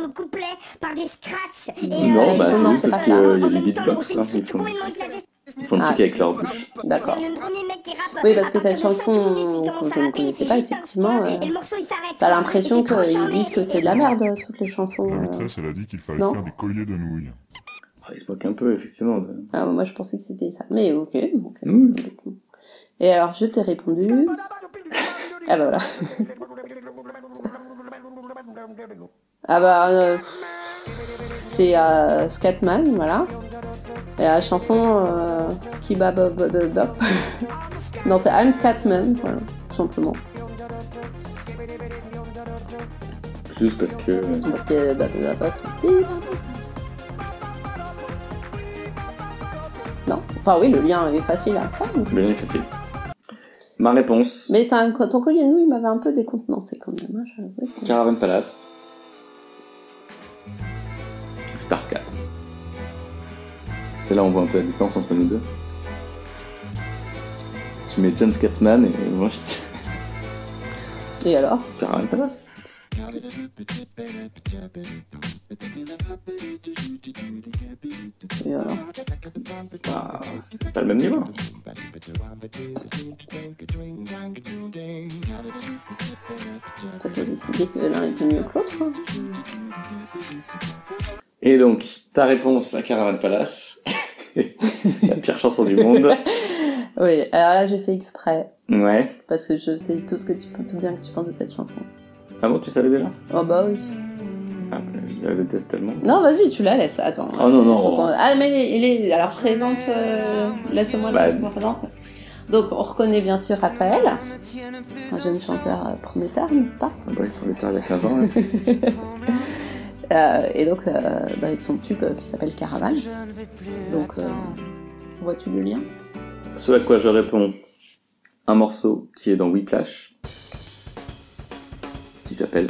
Speaker 13: par des scratchs.
Speaker 1: Non, bah c'est juste parce qu'il y a des beatbox là, ils font, ils font un
Speaker 2: Ah.
Speaker 1: truc avec leur bouche.
Speaker 2: D'accord. Oui, parce que cette chanson que je ne connaissais pas, effectivement, euh, t'as l'impression qu'ils disent que c'est de la merde, euh, toutes les chansons.
Speaker 14: La
Speaker 2: euh.
Speaker 14: maîtresse, elle a dit qu'il fallait
Speaker 2: Non.
Speaker 14: faire des colliers de nouilles.
Speaker 1: Ah, ils se moquent un peu, effectivement. de-
Speaker 2: Ah, moi, je pensais que c'était ça. Mais ok. ok.
Speaker 1: Mm.
Speaker 2: Et alors, je t'ai répondu. Ah bah voilà. ah bah, euh, pff, c'est euh, Scatman, voilà. Et la chanson euh, Skibabobodop. non, c'est I'm Scatman, voilà, tout simplement.
Speaker 1: Juste parce que.
Speaker 2: Parce que bah, bah, bah, bah, Non, enfin oui, le lien est facile à faire. mais-
Speaker 1: Bien facile. Ma réponse,
Speaker 2: Mais t'as un- ton collier de nouilles m'avait un peu décontenancé quand même, hein, j'avoue.
Speaker 1: Caravan Palace. Starscat. C'est là où on voit un peu la différence entre nous deux. Tu mets John Scatman et moi je dis
Speaker 2: Et alors
Speaker 1: Caravan Palace.
Speaker 2: Et alors
Speaker 1: Bah, c'est pas le même niveau.
Speaker 2: C'est toi qui as décidé que l'un était mieux que l'autre. hein.
Speaker 1: Et donc, ta réponse à Caravan Palace, la pire chanson du monde.
Speaker 2: Oui, alors là j'ai fait exprès,
Speaker 1: Ouais.
Speaker 2: parce que je sais tout ce que tu tout bien que tu penses de cette chanson.
Speaker 1: Ah bon, tu savais déjà
Speaker 2: Oh bah oui.
Speaker 1: Ah, je la déteste tellement.
Speaker 2: Non, vas-y, tu la laisses. Attends.
Speaker 1: Oh, non, non,
Speaker 2: Faut
Speaker 1: non.
Speaker 2: qu'on- Ah, mais elle est- elle est. Alors, présente. euh, Laisse-moi
Speaker 1: Bah,
Speaker 2: la la présente. Donc, on reconnaît bien sûr Raphaël, un jeune chanteur euh, prometteur, n'est-ce pas
Speaker 1: Ah bah, il faut le tard il y a 15 ans. hein. là.
Speaker 2: Euh, Et donc, euh, bah, avec son tube euh, qui s'appelle Caravane. Donc, euh, vois-tu le lien
Speaker 1: Ce à quoi je réponds, un morceau qui est dans Whiplash, qui s'appelle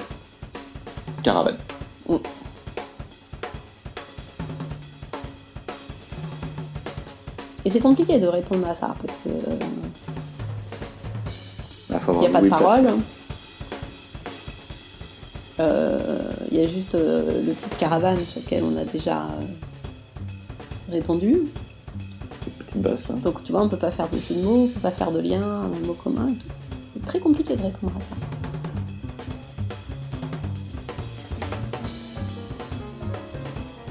Speaker 1: Caravane.
Speaker 2: Et c'est compliqué de répondre à ça parce que.
Speaker 1: Là, faut avoir
Speaker 2: Il n'y a
Speaker 1: le
Speaker 2: pas de
Speaker 1: Whiplash.
Speaker 2: parole. Il y a juste euh, le titre Caravane sur lequel on a déjà euh, répondu.
Speaker 1: Petite basse. hein.
Speaker 2: Donc tu vois, on peut pas faire de jeu de mots, on peut pas faire de lien, un mot commun. et tout. C'est très compliqué de répondre à ça.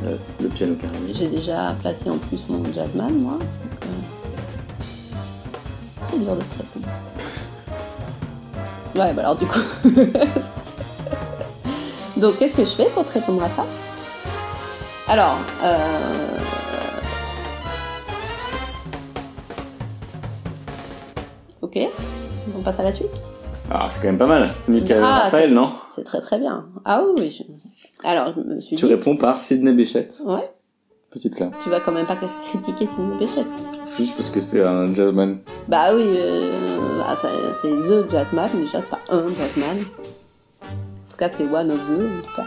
Speaker 1: Euh, le piano caravane.
Speaker 2: J'ai déjà placé en plus mon jazzman, moi. donc, euh, Très dur de traiter. Ouais, bah alors du coup. Donc qu'est-ce que je fais pour te répondre à ça Alors, euh, Ok, on passe à la suite
Speaker 1: Ah, c'est quand même pas mal. C'est mieux que
Speaker 2: Ah,
Speaker 1: Raphaël,
Speaker 2: c'est-
Speaker 1: non
Speaker 2: C'est très très bien. Ah oui, je- alors je me suis
Speaker 1: Tu
Speaker 2: dit.
Speaker 1: réponds par Sidney Béchette.
Speaker 2: Ouais,
Speaker 1: Petite là.
Speaker 2: tu vas quand même pas critiquer Sidney Béchette.
Speaker 1: Juste parce que c'est un jazzman.
Speaker 2: Bah oui, euh, bah, ça- c'est The Jazzman, mais déjà c'est pas un Jazzman. En tout cas, c'est One of The, en tout cas.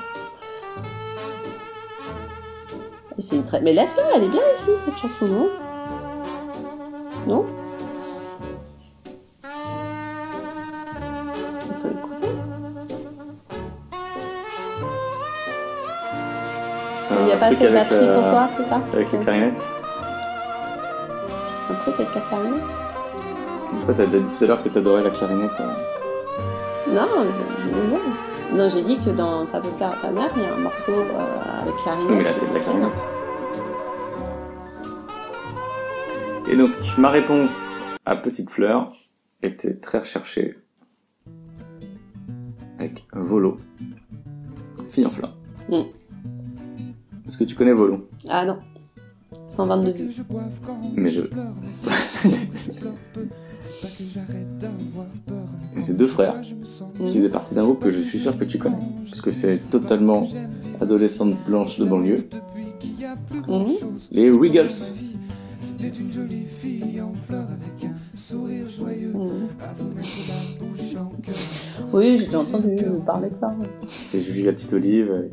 Speaker 2: Et c'est une très... Mais laisse-la, elle est bien aussi, cette chanson, non Non On peut l'écouter Il n'y a
Speaker 1: Un
Speaker 2: pas
Speaker 1: truc
Speaker 2: assez de
Speaker 1: avec,
Speaker 2: batterie pour
Speaker 1: euh,
Speaker 2: toi, c'est ça
Speaker 1: Avec les clarinettes.
Speaker 2: Un truc avec la clarinette
Speaker 1: Je sais pas, t'as déjà dit tout à l'heure que t'adorais la clarinette. euh.
Speaker 2: Non, je- je- je- non, j'ai dit que dans Ça peut plaire à ta mère, il y a un morceau euh, avec clarinette.
Speaker 1: Oui, mais là, c'est de la clarinette. Et donc, ma réponse à Petite Fleur était très recherchée. Avec Volo. Fille en fleur.
Speaker 2: Mm.
Speaker 1: Est-ce que tu connais Volo
Speaker 2: Ah non, 122 vues.
Speaker 1: Mais je. Et c'est deux frères qui faisaient partie d'un groupe que je suis sûr que tu connais. Parce que c'est totalement adolescente blanche de banlieue.
Speaker 2: Mhm.
Speaker 1: Les Wiggles.
Speaker 2: Mhm. Oui, j'ai déjà entendu parler de ça.
Speaker 1: C'est Julie la petite olive. euh,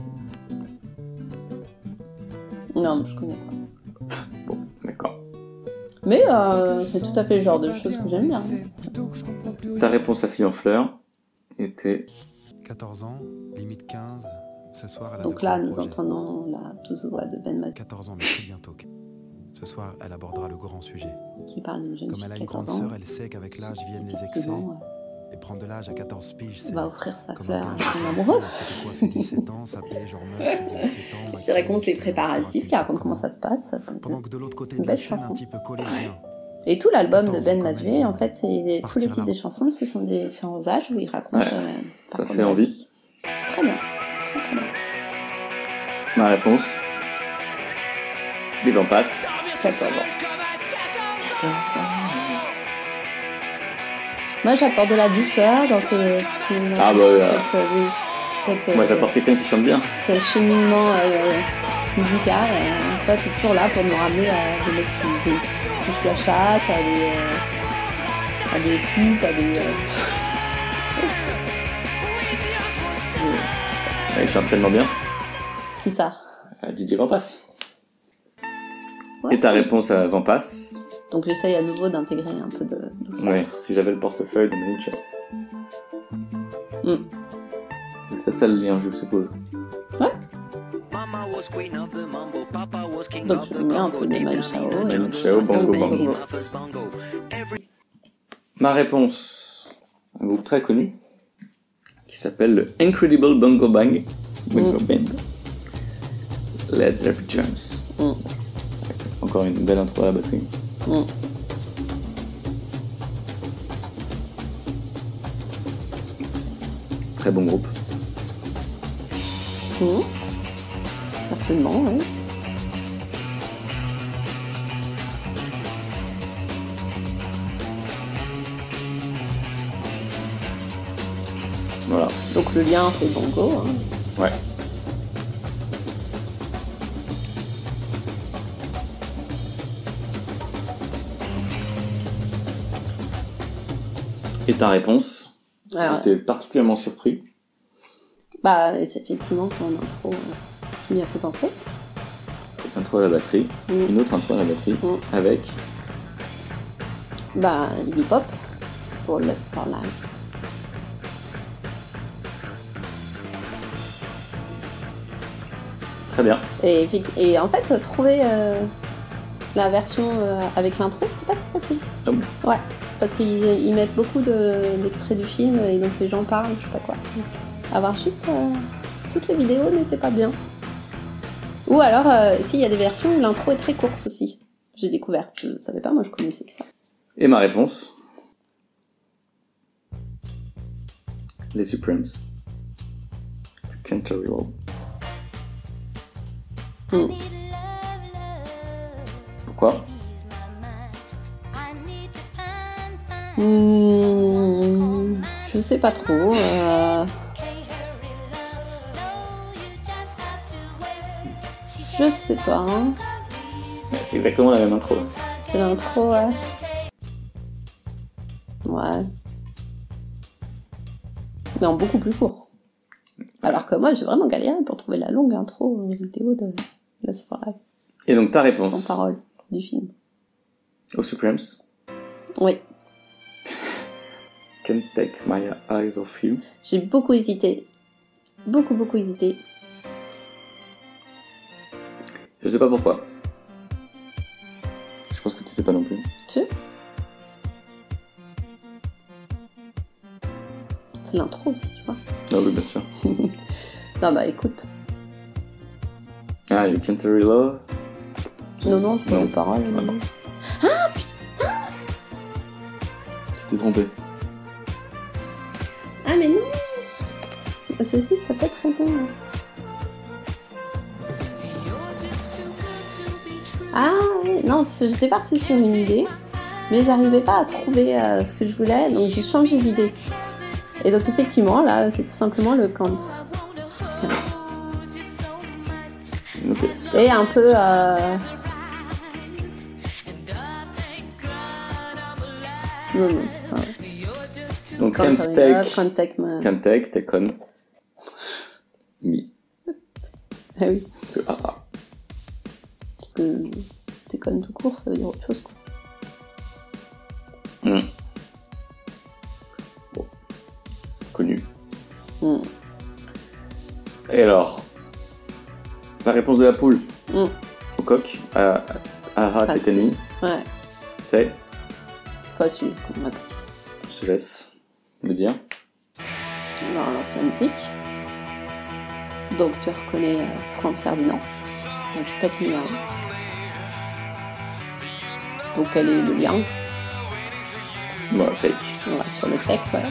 Speaker 2: Non, je connais pas.
Speaker 1: D'accord.
Speaker 2: Mais euh, c'est tout à fait le genre de choses que j'aime bien.
Speaker 1: Ta réponse à Fille en fleur était
Speaker 6: 14 ans, limite 15. Ce soir, elle a
Speaker 2: Donc là, nous entendons la douce voix de Ben Mazou
Speaker 6: 14 ans, mais très bientôt. Ce soir, elle abordera le grand sujet.
Speaker 2: qui parle d'une jeune
Speaker 6: Comme
Speaker 2: fille
Speaker 6: elle
Speaker 2: de
Speaker 6: a une grande
Speaker 2: 14
Speaker 6: sœur,
Speaker 2: ans.
Speaker 6: elle sait qu'avec l'âge viennent les excès.
Speaker 2: Effectivement,
Speaker 6: Et prendre de l'âge à 14 piges,
Speaker 2: Elle
Speaker 6: c'est.
Speaker 1: Bah,
Speaker 2: va offrir sa
Speaker 6: comme
Speaker 2: fleur
Speaker 6: un
Speaker 2: à
Speaker 6: gage.
Speaker 2: son amoureux.
Speaker 6: C'était quoi, fait 17 ans, ça paie, genre meuf, qui dit 17 ans,
Speaker 2: Qui raconte les préparatifs, qui raconte comment ça se passe.
Speaker 6: Pendant que de l'autre côté
Speaker 2: Une
Speaker 6: de la
Speaker 2: belle
Speaker 6: chaîne, un
Speaker 2: chanson.
Speaker 6: type collégien.
Speaker 2: Et tout l'album de Ben Mazué, en fait, c'est tous les titres des chansons, ce sont des différents âges où il raconte.
Speaker 1: Ouais.
Speaker 2: euh,
Speaker 1: Ça
Speaker 2: parcours
Speaker 1: fait
Speaker 2: de la
Speaker 1: envie.
Speaker 2: vie. Très bien. Très, très bien.
Speaker 1: ma réponse. Les vents passent.
Speaker 2: 14 ans. Moi, j'apporte de la douceur dans ce.
Speaker 1: Ah, bah, euh,
Speaker 2: cette, euh, cette,
Speaker 1: Moi
Speaker 2: euh,
Speaker 1: j'apporte quelqu'un qui chante bien.
Speaker 2: ce cheminement euh, musical. euh, toi, t'es toujours là pour nous ramener à des mecs qui, qui touchent la chatte, à des, euh, à des putes, à des. euh,
Speaker 1: Ouais, Il chante tellement bien.
Speaker 2: qui ça
Speaker 1: Euh, Didier Van Passe. Et ta réponse à Van Passe
Speaker 2: Donc, j'essaye à nouveau d'intégrer un peu de douceur.
Speaker 1: Ouais, si j'avais le portefeuille de Manu Chao.
Speaker 2: Mm.
Speaker 1: C'est ça le lien, je suppose.
Speaker 2: Donc, je mets un peu de Manu Chao. et-
Speaker 1: Manu Chao, Bango Bango. Ma réponse, un groupe très connu qui s'appelle le Incredible Bongo Bang. Bongo Bang. Led Zeppelin Drums.
Speaker 2: Mm.
Speaker 1: Encore une belle intro à la batterie.
Speaker 2: Mm.
Speaker 1: Très bon groupe.
Speaker 2: Mmh. Certainement, oui.
Speaker 1: Voilà.
Speaker 2: Donc le lien, c'est Bongo. hein.
Speaker 1: Ouais. Et ta réponse
Speaker 2: Alors,
Speaker 1: J'étais particulièrement surpris.
Speaker 2: bah, c'est effectivement, ton intro euh, qui m'y a fait penser.
Speaker 1: Intro à la batterie.
Speaker 2: Mm.
Speaker 1: Une autre intro à la batterie.
Speaker 2: Mm.
Speaker 1: Avec.
Speaker 2: Bah, Iggy Pop pour Lust for Life.
Speaker 1: Très bien.
Speaker 2: Et, effi- et en fait, euh, trouver euh, la version euh, avec l'intro, c'était pas si facile.
Speaker 1: Ah bon
Speaker 2: Ouais, parce qu'ils ils mettent beaucoup de- d'extraits du film et donc les gens parlent, je sais pas quoi. Avoir juste euh, toutes les vidéos n'était pas bien. Ou alors, euh, s'il y a des versions où l'intro est très courte aussi. J'ai découvert, je savais pas, moi je connaissais que ça.
Speaker 1: Et ma réponse Les Supremes. Country Road.
Speaker 2: Hmm.
Speaker 1: Pourquoi
Speaker 2: Hmm, je sais pas trop. euh, Je sais pas. hein.
Speaker 1: C'est exactement la même intro.
Speaker 2: C'est l'intro, ouais. Ouais. Mais en beaucoup plus court. Alors que moi, j'ai vraiment galéré pour trouver la longue intro euh, vidéo de la soirée.
Speaker 1: Et donc ta réponse
Speaker 2: Sans parole du film.
Speaker 1: aux Supremes
Speaker 2: Oui.
Speaker 1: Can't take my eyes off you.
Speaker 2: J'ai beaucoup hésité. Beaucoup, beaucoup hésité.
Speaker 1: Je sais pas pourquoi. Je pense que tu sais pas non plus.
Speaker 2: Tu sais C'est l'intro aussi, tu vois.
Speaker 1: Ah oui, bien sûr.
Speaker 2: Non, bah écoute.
Speaker 1: ah, You Can't Really Love
Speaker 2: Non, non, je connais
Speaker 1: Non.
Speaker 2: les paroles.
Speaker 1: Ah, non.
Speaker 2: mais-
Speaker 1: Tu t'es trompé.
Speaker 2: Ah, mais non Bah, Ceci, t'as peut-être raison. hein. Ah, oui, non, parce que j'étais partie sur une idée, mais j'arrivais pas à trouver euh, ce que je voulais, donc j'ai changé d'idée. Et donc, effectivement, là, c'est tout simplement le Kant. Kant.
Speaker 1: Ok.
Speaker 2: Et un peu. euh, Non, non, c'est ça. euh,
Speaker 1: Donc,
Speaker 2: Can't
Speaker 1: Can't
Speaker 2: Hurry Up,
Speaker 1: Take-
Speaker 2: Can't Take My-
Speaker 1: Can't Take, Take On. Me.
Speaker 2: Ah oui.
Speaker 1: C'est ah, ah.
Speaker 2: Parce que t'es conne tout court, ça veut dire autre chose quoi.
Speaker 1: Hmm. Bon. Connu.
Speaker 2: Mm.
Speaker 1: Et alors La réponse de la poule
Speaker 2: Mm.
Speaker 1: au coq à Aha
Speaker 2: Pat.
Speaker 1: Tetani,
Speaker 2: Ouais,
Speaker 1: c'est.
Speaker 2: facile comme réponse.
Speaker 1: Je te laisse le dire.
Speaker 2: On va relancer la musique. Donc tu reconnais euh, Franz Ferdinand. Donc Take Me Out. Donc quel est le lien
Speaker 1: Bon, take.
Speaker 2: On va sur le tech, ouais.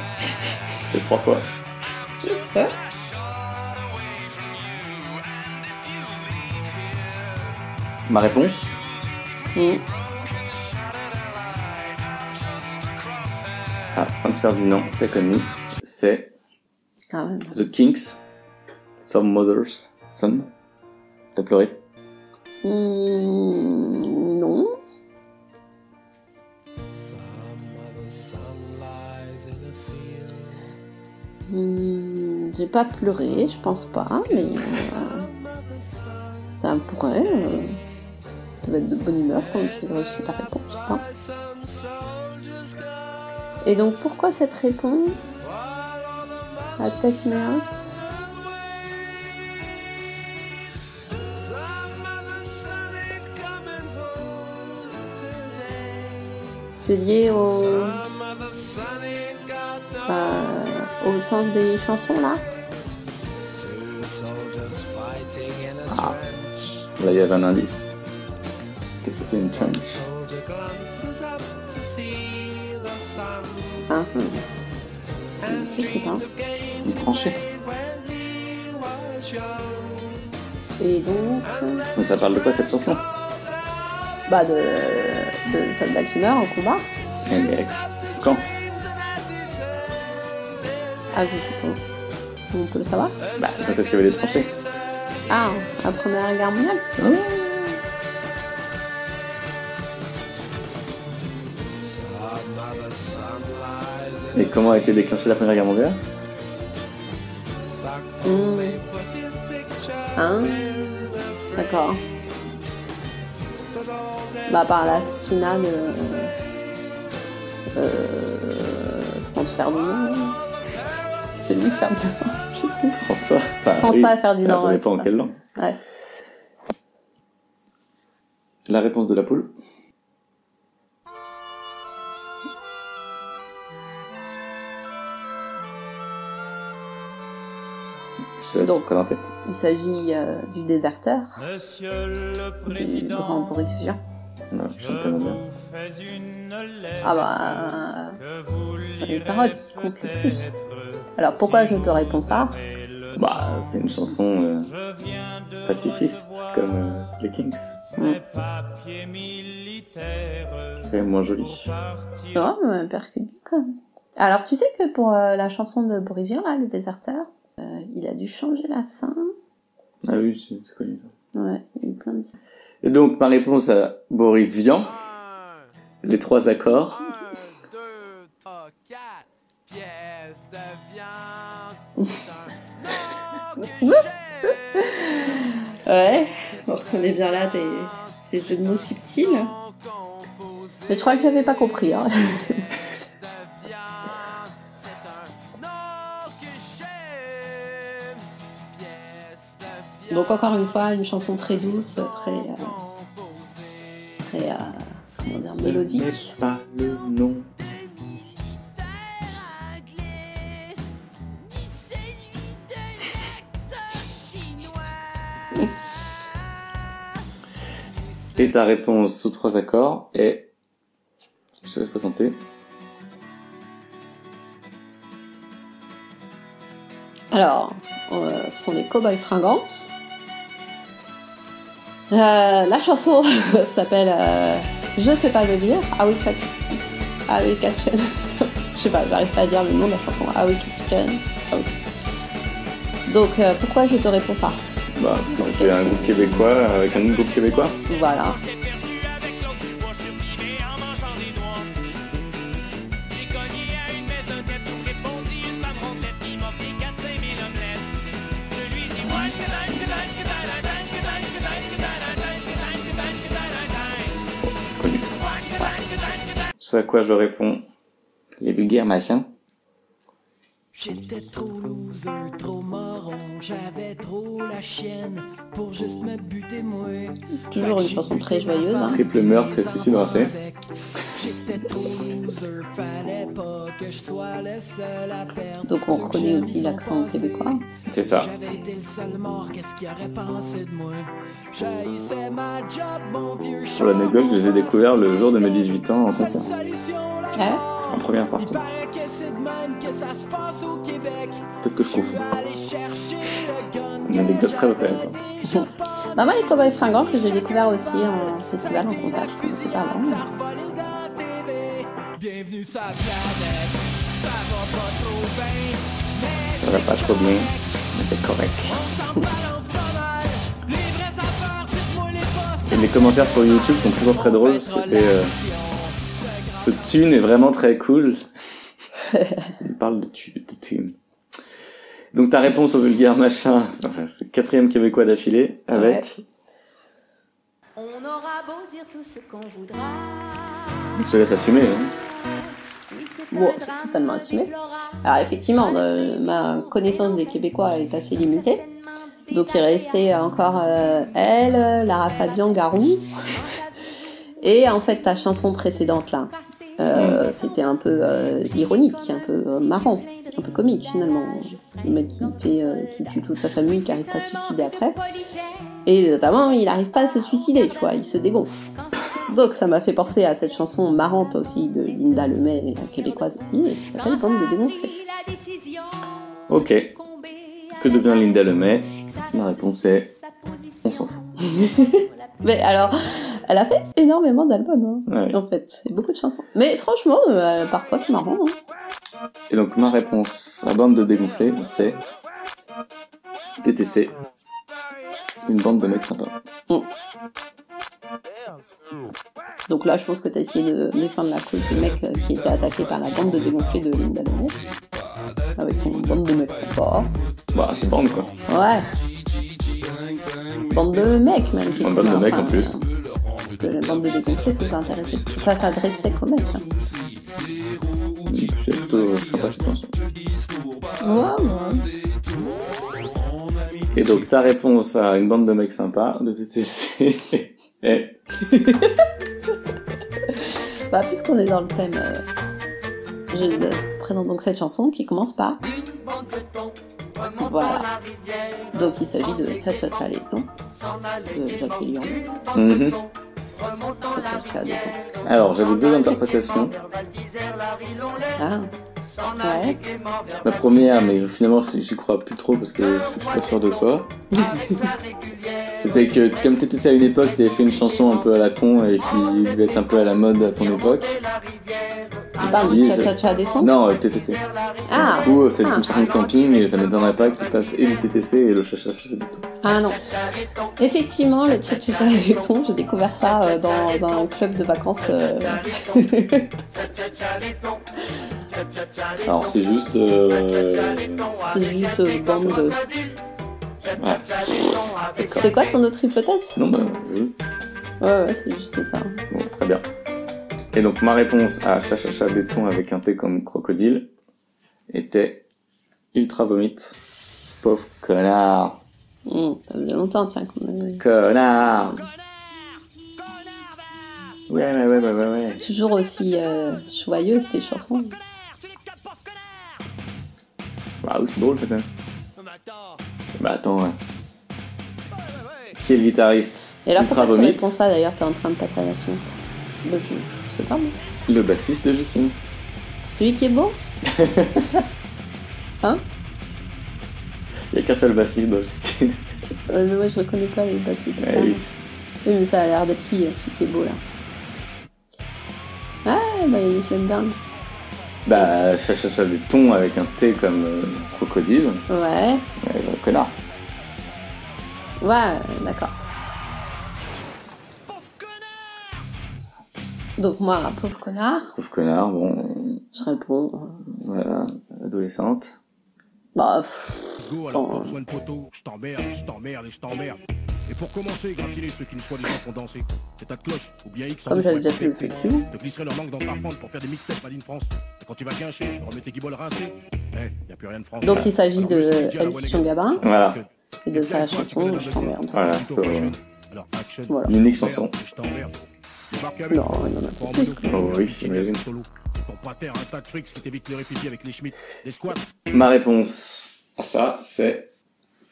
Speaker 1: C'est trois fois.
Speaker 2: Ouais.
Speaker 1: Ma réponse
Speaker 2: Mm.
Speaker 1: à Franz Ferdinand, Take On Me, c'est
Speaker 2: Ah ouais.
Speaker 1: The Kinks, Some Mothers, Son. T'as pleuré
Speaker 2: Hmm, non. Hmm, J'ai pas pleuré, je pense pas, mais euh, ça pourrait. Euh, tu devais être de bonne humeur quand j'ai reçu ta réponse, je sais pas. Et donc pourquoi cette réponse à Take Me Out C'est lié au, euh, au sens des chansons là
Speaker 1: Ah. Là, il y avait un indice. Qu'est-ce que c'est une trench
Speaker 2: Ah, hum. Je sais pas.
Speaker 1: Une tranchée
Speaker 2: Et donc.
Speaker 1: Mais ça parle de quoi cette chanson
Speaker 2: Bah, de, de soldats qui meurent en combat.
Speaker 1: Eh, mais Quand
Speaker 2: Ah, je suppose. On peut le savoir
Speaker 1: Bah, quand est-ce qu'il y avait des tranchées
Speaker 2: Ah, la première guerre mondiale
Speaker 1: Et comment a été déclenchée la Première Guerre mondiale
Speaker 2: Hmm. Hein D'accord. Bah, par l'assassinat de. Euh. Franz Ferdinand. C'est lui Ferdinand, je sais plus.
Speaker 1: François enfin,
Speaker 2: François
Speaker 1: oui. Ah,
Speaker 2: Ferdinand.
Speaker 1: Ça
Speaker 2: ouais,
Speaker 1: dépend
Speaker 2: c'est
Speaker 1: en quelle langue.
Speaker 2: Ouais.
Speaker 1: La réponse de la poule Je te laisse
Speaker 2: Donc.
Speaker 1: présenter.
Speaker 2: Il s'agit euh, du déserteur, du grand Boris
Speaker 1: Non, je chante tellement bien.
Speaker 2: Ah bah, euh, c'est les paroles qui comptent le plus. Alors pourquoi je te réponds ça
Speaker 1: Bah, c'est une chanson euh, pacifiste, comme euh, les Kings.
Speaker 2: Mm.
Speaker 1: Qui est quand même moins jolie.
Speaker 2: Non, Oh, mais percute bien, quand même. Alors tu sais que pour euh, la chanson de Boris Vian, là, le déserteur, euh, il a dû changer la fin.
Speaker 1: Ah oui, c'est c'est connu ça.
Speaker 2: Ouais, il y a eu plein de
Speaker 1: Et donc, ma réponse à Boris Vian, les trois accords.
Speaker 2: Ouais, on reconnaît bien là tes, tes jeux de mots subtils. Mais je crois que j'avais pas compris. Hein. Donc encore une fois, une chanson très douce, très... euh, très... euh, comment dire, mélodique.
Speaker 1: Ce n'est pas le nom. Et ta réponse aux trois accords est. Je te laisse présenter.
Speaker 2: Alors, euh, ce sont les cow-boys fringants. Euh, la chanson s'appelle euh, Je sais pas le dire, Ah How We Check. How We Catch It. Ah Je sais pas, j'arrive pas à dire le nom de la chanson. Ah How We Catch It. How We Catch It. Ah Donc, euh, pourquoi je te réponds ça
Speaker 1: Bah, parce que c'était un groupe québécois avec un autre groupe québécois.
Speaker 2: Voilà.
Speaker 1: Ce à quoi je réponds. Les vulgaires machins.
Speaker 14: J'étais trop loser, trop marron, j'avais trop la chienne pour juste me buter moi.
Speaker 2: Toujours une chanson très joyeuse. hein.
Speaker 1: Triple meurtre et suicide raté.
Speaker 14: J'étais trop loser, fallait pas que je sois le seul à perdre.
Speaker 2: Donc, on reconnaît aussi l'accent québécois.
Speaker 1: C'est ça.
Speaker 14: J'avais été le seul mort, qu'est-ce qu'il aurait pensé de moi? J'haïssais ma job, mon vieux
Speaker 1: Pour l'anecdote, je les ai découverts le jour de mes 18 ans en concert.
Speaker 2: Ah
Speaker 1: En première partie.
Speaker 14: pain que c'est de même que ça se passe au Québec.
Speaker 1: Peut-être que je confonds.
Speaker 14: Aller chercher le gun
Speaker 1: Une anecdote très intéressante.
Speaker 2: Bon. Bah, moi, les cow-boys fringants, je les ai découverts aussi en festival, en concert. Je connaissais pas avant. mais-
Speaker 14: Bienvenue sur la planète, ça va pas trop bien.
Speaker 1: Ça va pas trop bien, mais c'est correct. Et les commentaires sur YouTube sont toujours très drôles parce que c'est. euh, Ce tune est vraiment très cool. Il parle de, tu, de tune. Donc ta réponse au vulgaire machin, enfin, c'est le quatrième québécois d'affilée avec.
Speaker 4: On aura beau dire tout ce qu'on voudra.
Speaker 1: Je te laisse assumer. hein.
Speaker 2: Bon, c'est totalement assumé. Alors effectivement, euh, ma connaissance des Québécois est assez limitée. Donc il restait encore euh, elle, Lara Fabian, Garou. Et en fait, ta chanson précédente là, euh, c'était un peu euh, ironique, un peu euh, marrant, un peu comique finalement. Le mec qui, fait, euh, qui tue toute sa famille, qui n'arrive pas à se suicider après. Et notamment, il n'arrive pas à se suicider, tu vois, il se dégonfle. Donc ça m'a fait penser à cette chanson marrante aussi de Linda Lemay, la québécoise aussi, et qui s'appelle Bande de dégonflés.
Speaker 1: Ok. Que devient Linda Lemay La réponse est on s'en fout.
Speaker 2: Mais alors, elle a fait énormément d'albums, hein,
Speaker 1: Ouais.
Speaker 2: en fait, et beaucoup de chansons. Mais franchement, euh, parfois c'est marrant. hein.
Speaker 1: Et donc ma réponse à bande de dégonflés, bah, c'est TTC. Une bande de mecs sympas.
Speaker 2: Mm. Donc là, je pense que t'as essayé de défendre la cause des mecs euh, qui étaient attaqués par la bande de dégonflés de Linda Lemay. Avec ton bande de mecs sympas.
Speaker 1: Bah, c'est bande quoi.
Speaker 2: Ouais. Bande de mecs, même. quelque
Speaker 1: Une bande de
Speaker 2: part,
Speaker 1: mecs en
Speaker 2: enfin,
Speaker 1: plus.
Speaker 2: Parce que la bande de dégonflés, ça s'intéressait- ça s'adressait qu'aux mecs. hein.
Speaker 1: C'est plutôt sympa cette chanson.
Speaker 2: Ouais, ouais.
Speaker 1: Et donc ta réponse à une bande de mecs sympas de TTC est.
Speaker 2: Bah, puisqu'on est dans le thème, euh, je euh, présente donc cette chanson qui commence par. Voilà. Donc il s'agit de Cha Cha Cha les Tons de Jacques Lyon.
Speaker 1: Mhm.
Speaker 2: Cha Cha Cha les Tons.
Speaker 1: Alors j'avais deux interprétations.
Speaker 2: Ah. Ouais.
Speaker 1: La première, mais finalement je- j'y crois plus trop parce que je suis pas sûr de toi. C'était que comme TTC à une époque, ils avaient fait une chanson un peu à la con et qui devait être un peu à la mode à ton époque.
Speaker 2: Tu parles
Speaker 1: Oui,
Speaker 2: de Cha
Speaker 1: ça-
Speaker 2: Cha Cha des Tons
Speaker 1: Non, euh, TTC.
Speaker 2: Ah.
Speaker 1: Du coup, euh, c'est une
Speaker 2: ah.
Speaker 1: chanson de camping et ça m'étonnerait pas qu'il fasse et du TTC et le chacha du tout.
Speaker 2: Ah non. Effectivement, le Cha Cha Cha des Tons, j'ai découvert ça euh, dans un club de vacances. euh,
Speaker 1: Alors c'est juste. euh,
Speaker 2: C'est juste euh, bande de.
Speaker 1: Ouais.
Speaker 2: C'était quoi ton autre hypothèse
Speaker 1: Non, bah, oui.
Speaker 2: Ouais, ouais, c'est juste ça.
Speaker 1: Bon, très bien. Et donc ma réponse à chachacha des tons avec un T comme crocodile était ultra vomite. Pauvre connard.
Speaker 2: Hmm, ça faisait longtemps, tiens, qu'on avait.
Speaker 1: Connard. Ouais, ouais, ouais, ouais, ouais, ouais.
Speaker 2: Toujours aussi euh, joyeuse tes chansons.
Speaker 1: Waouh, c'est drôle ça quand même. Bah attends, ouais. Qui est le guitariste
Speaker 2: Et alors
Speaker 1: Ultra
Speaker 2: pourquoi tu
Speaker 1: vomite.
Speaker 2: réponds ça d'ailleurs T'es en train de passer à la suite. Bah, je, je sais pas moi.
Speaker 1: Le bassiste de Justine.
Speaker 2: Celui qui est beau Hein
Speaker 1: Il y a qu'un seul bassiste dans Justine.
Speaker 2: Euh, Mais moi je reconnais pas les basses des
Speaker 1: Ouais,
Speaker 2: guitares.
Speaker 1: oui.
Speaker 2: Oui, mais ça a l'air d'être lui, hein, celui qui est beau là. Ah, bah je l'aime bien.
Speaker 1: Bah chachacha des tons avec un T comme euh, crocodile.
Speaker 2: Ouais.
Speaker 1: Ouais, euh, connard.
Speaker 2: Ouais, d'accord. Donc moi, pauvre connard,
Speaker 1: Pauvre connard, bon.
Speaker 2: je réponds. euh,
Speaker 1: Voilà, adolescente.
Speaker 2: Bah, pff,
Speaker 15: Go à la porte, soigne poteau, je t'emmerde, je t'emmerde et je t'emmerde. Et pour commencer, gratinez ceux qui ne soient des font danser. C'est ta cloche, ou bien X en
Speaker 2: Comme
Speaker 15: deux
Speaker 2: j'avais
Speaker 15: points
Speaker 2: déjà fait le
Speaker 15: coupés.
Speaker 2: féculent.
Speaker 15: Te glisserai leur langue dans ta fente pour faire des mixtapes à l'île France. Et quand tu vas guincher, remets tes guibolles rincées. Eh, y a plus rien de France.
Speaker 2: Donc il s'agit de
Speaker 15: Alors, monsieur Didier
Speaker 2: MC
Speaker 15: Lawanega.
Speaker 2: Changaba
Speaker 1: Voilà.
Speaker 2: et de sa chanson Je t'emmerde.
Speaker 1: Ah, Voilà, c'est euh,
Speaker 15: Alors, action.
Speaker 2: Voilà.
Speaker 1: une unique chanson.
Speaker 15: Je t'emmerde. Débarquez avec
Speaker 2: Non, il y en a pas plus. quoi.
Speaker 1: Oh oui, j'imagine.
Speaker 15: solo. Ton pater, un tas de tricks qui t'évite les réfugiés avec les schmitts. Des squats.
Speaker 1: Ma réponse à ça, c'est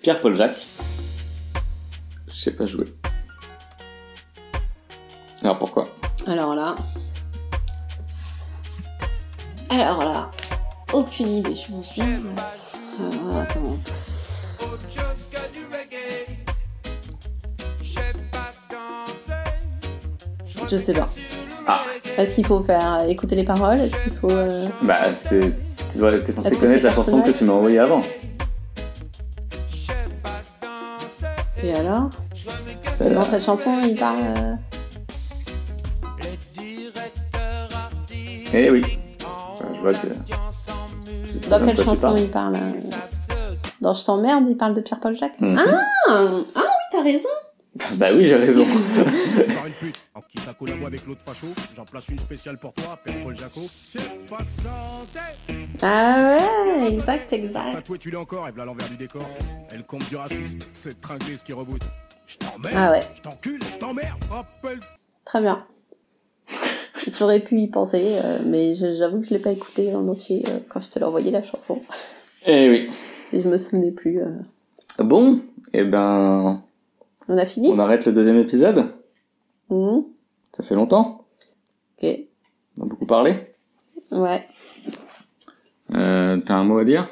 Speaker 1: Pierre-Paul Jacques. Je sais pas jouer. Alors pourquoi
Speaker 2: Alors là. Alors là. Aucune idée, je pense bien. mais- Alors, attends. Je sais pas.
Speaker 1: Ah,
Speaker 2: Est-ce qu'il faut faire écouter les paroles Est-ce qu'il faut. euh,
Speaker 1: bah c'est. Tu dois- t'es
Speaker 2: Est-ce
Speaker 1: censé
Speaker 2: que
Speaker 1: connaître
Speaker 2: c'est
Speaker 1: la chanson que
Speaker 2: personnel
Speaker 1: tu m'as envoyée avant.
Speaker 2: Et alors
Speaker 1: C'est
Speaker 2: Dans
Speaker 1: la-
Speaker 2: cette chanson, il parle. euh,
Speaker 1: Eh oui. Enfin, je vois que. je sais pas
Speaker 2: Dans
Speaker 1: de
Speaker 2: quelle
Speaker 1: quoi tu
Speaker 2: chanson
Speaker 1: parles.
Speaker 2: il parle euh, Dans Je t'emmerde, il parle de Pierre-Paul Jacques.
Speaker 1: Mhm.
Speaker 2: Ah Ah oui, t'as raison
Speaker 1: Bah oui, j'ai raison.
Speaker 15: Par une pute. En qui t'a collabo avec l'autre facho, j'en place une spéciale pour toi, Père Paul Jaco. C'est pas santé.
Speaker 2: Ah ouais, exact, exact.
Speaker 15: Tatoué, tu l'es encore, elle v'là l'envers du décor. Elle compte du racisme, c'est tringlé ce qui reboot. Je t'emmerde.
Speaker 2: Ah ouais.
Speaker 15: Je t'encule, je t'emmerde. Rappelle.
Speaker 2: Très bien. J'aurais pu y penser, euh, mais je- j'avoue que je l'ai pas écouté en entier euh, quand je te l'ai envoyé la chanson.
Speaker 1: Eh oui.
Speaker 2: Et je me souvenais plus. euh.
Speaker 1: Bon, eh ben.
Speaker 2: On a fini
Speaker 1: On arrête le deuxième épisode.
Speaker 2: Mhm.
Speaker 1: Ça fait longtemps.
Speaker 2: Ok.
Speaker 1: On a beaucoup parlé.
Speaker 2: Ouais.
Speaker 1: Euh, T'as un mot à dire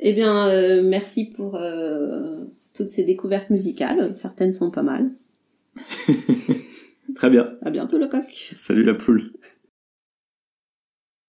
Speaker 2: Eh bien, euh, merci pour, euh, toutes ces découvertes musicales. Certaines sont pas mal.
Speaker 1: Très bien.
Speaker 2: À bientôt le coq.
Speaker 1: Salut la poule.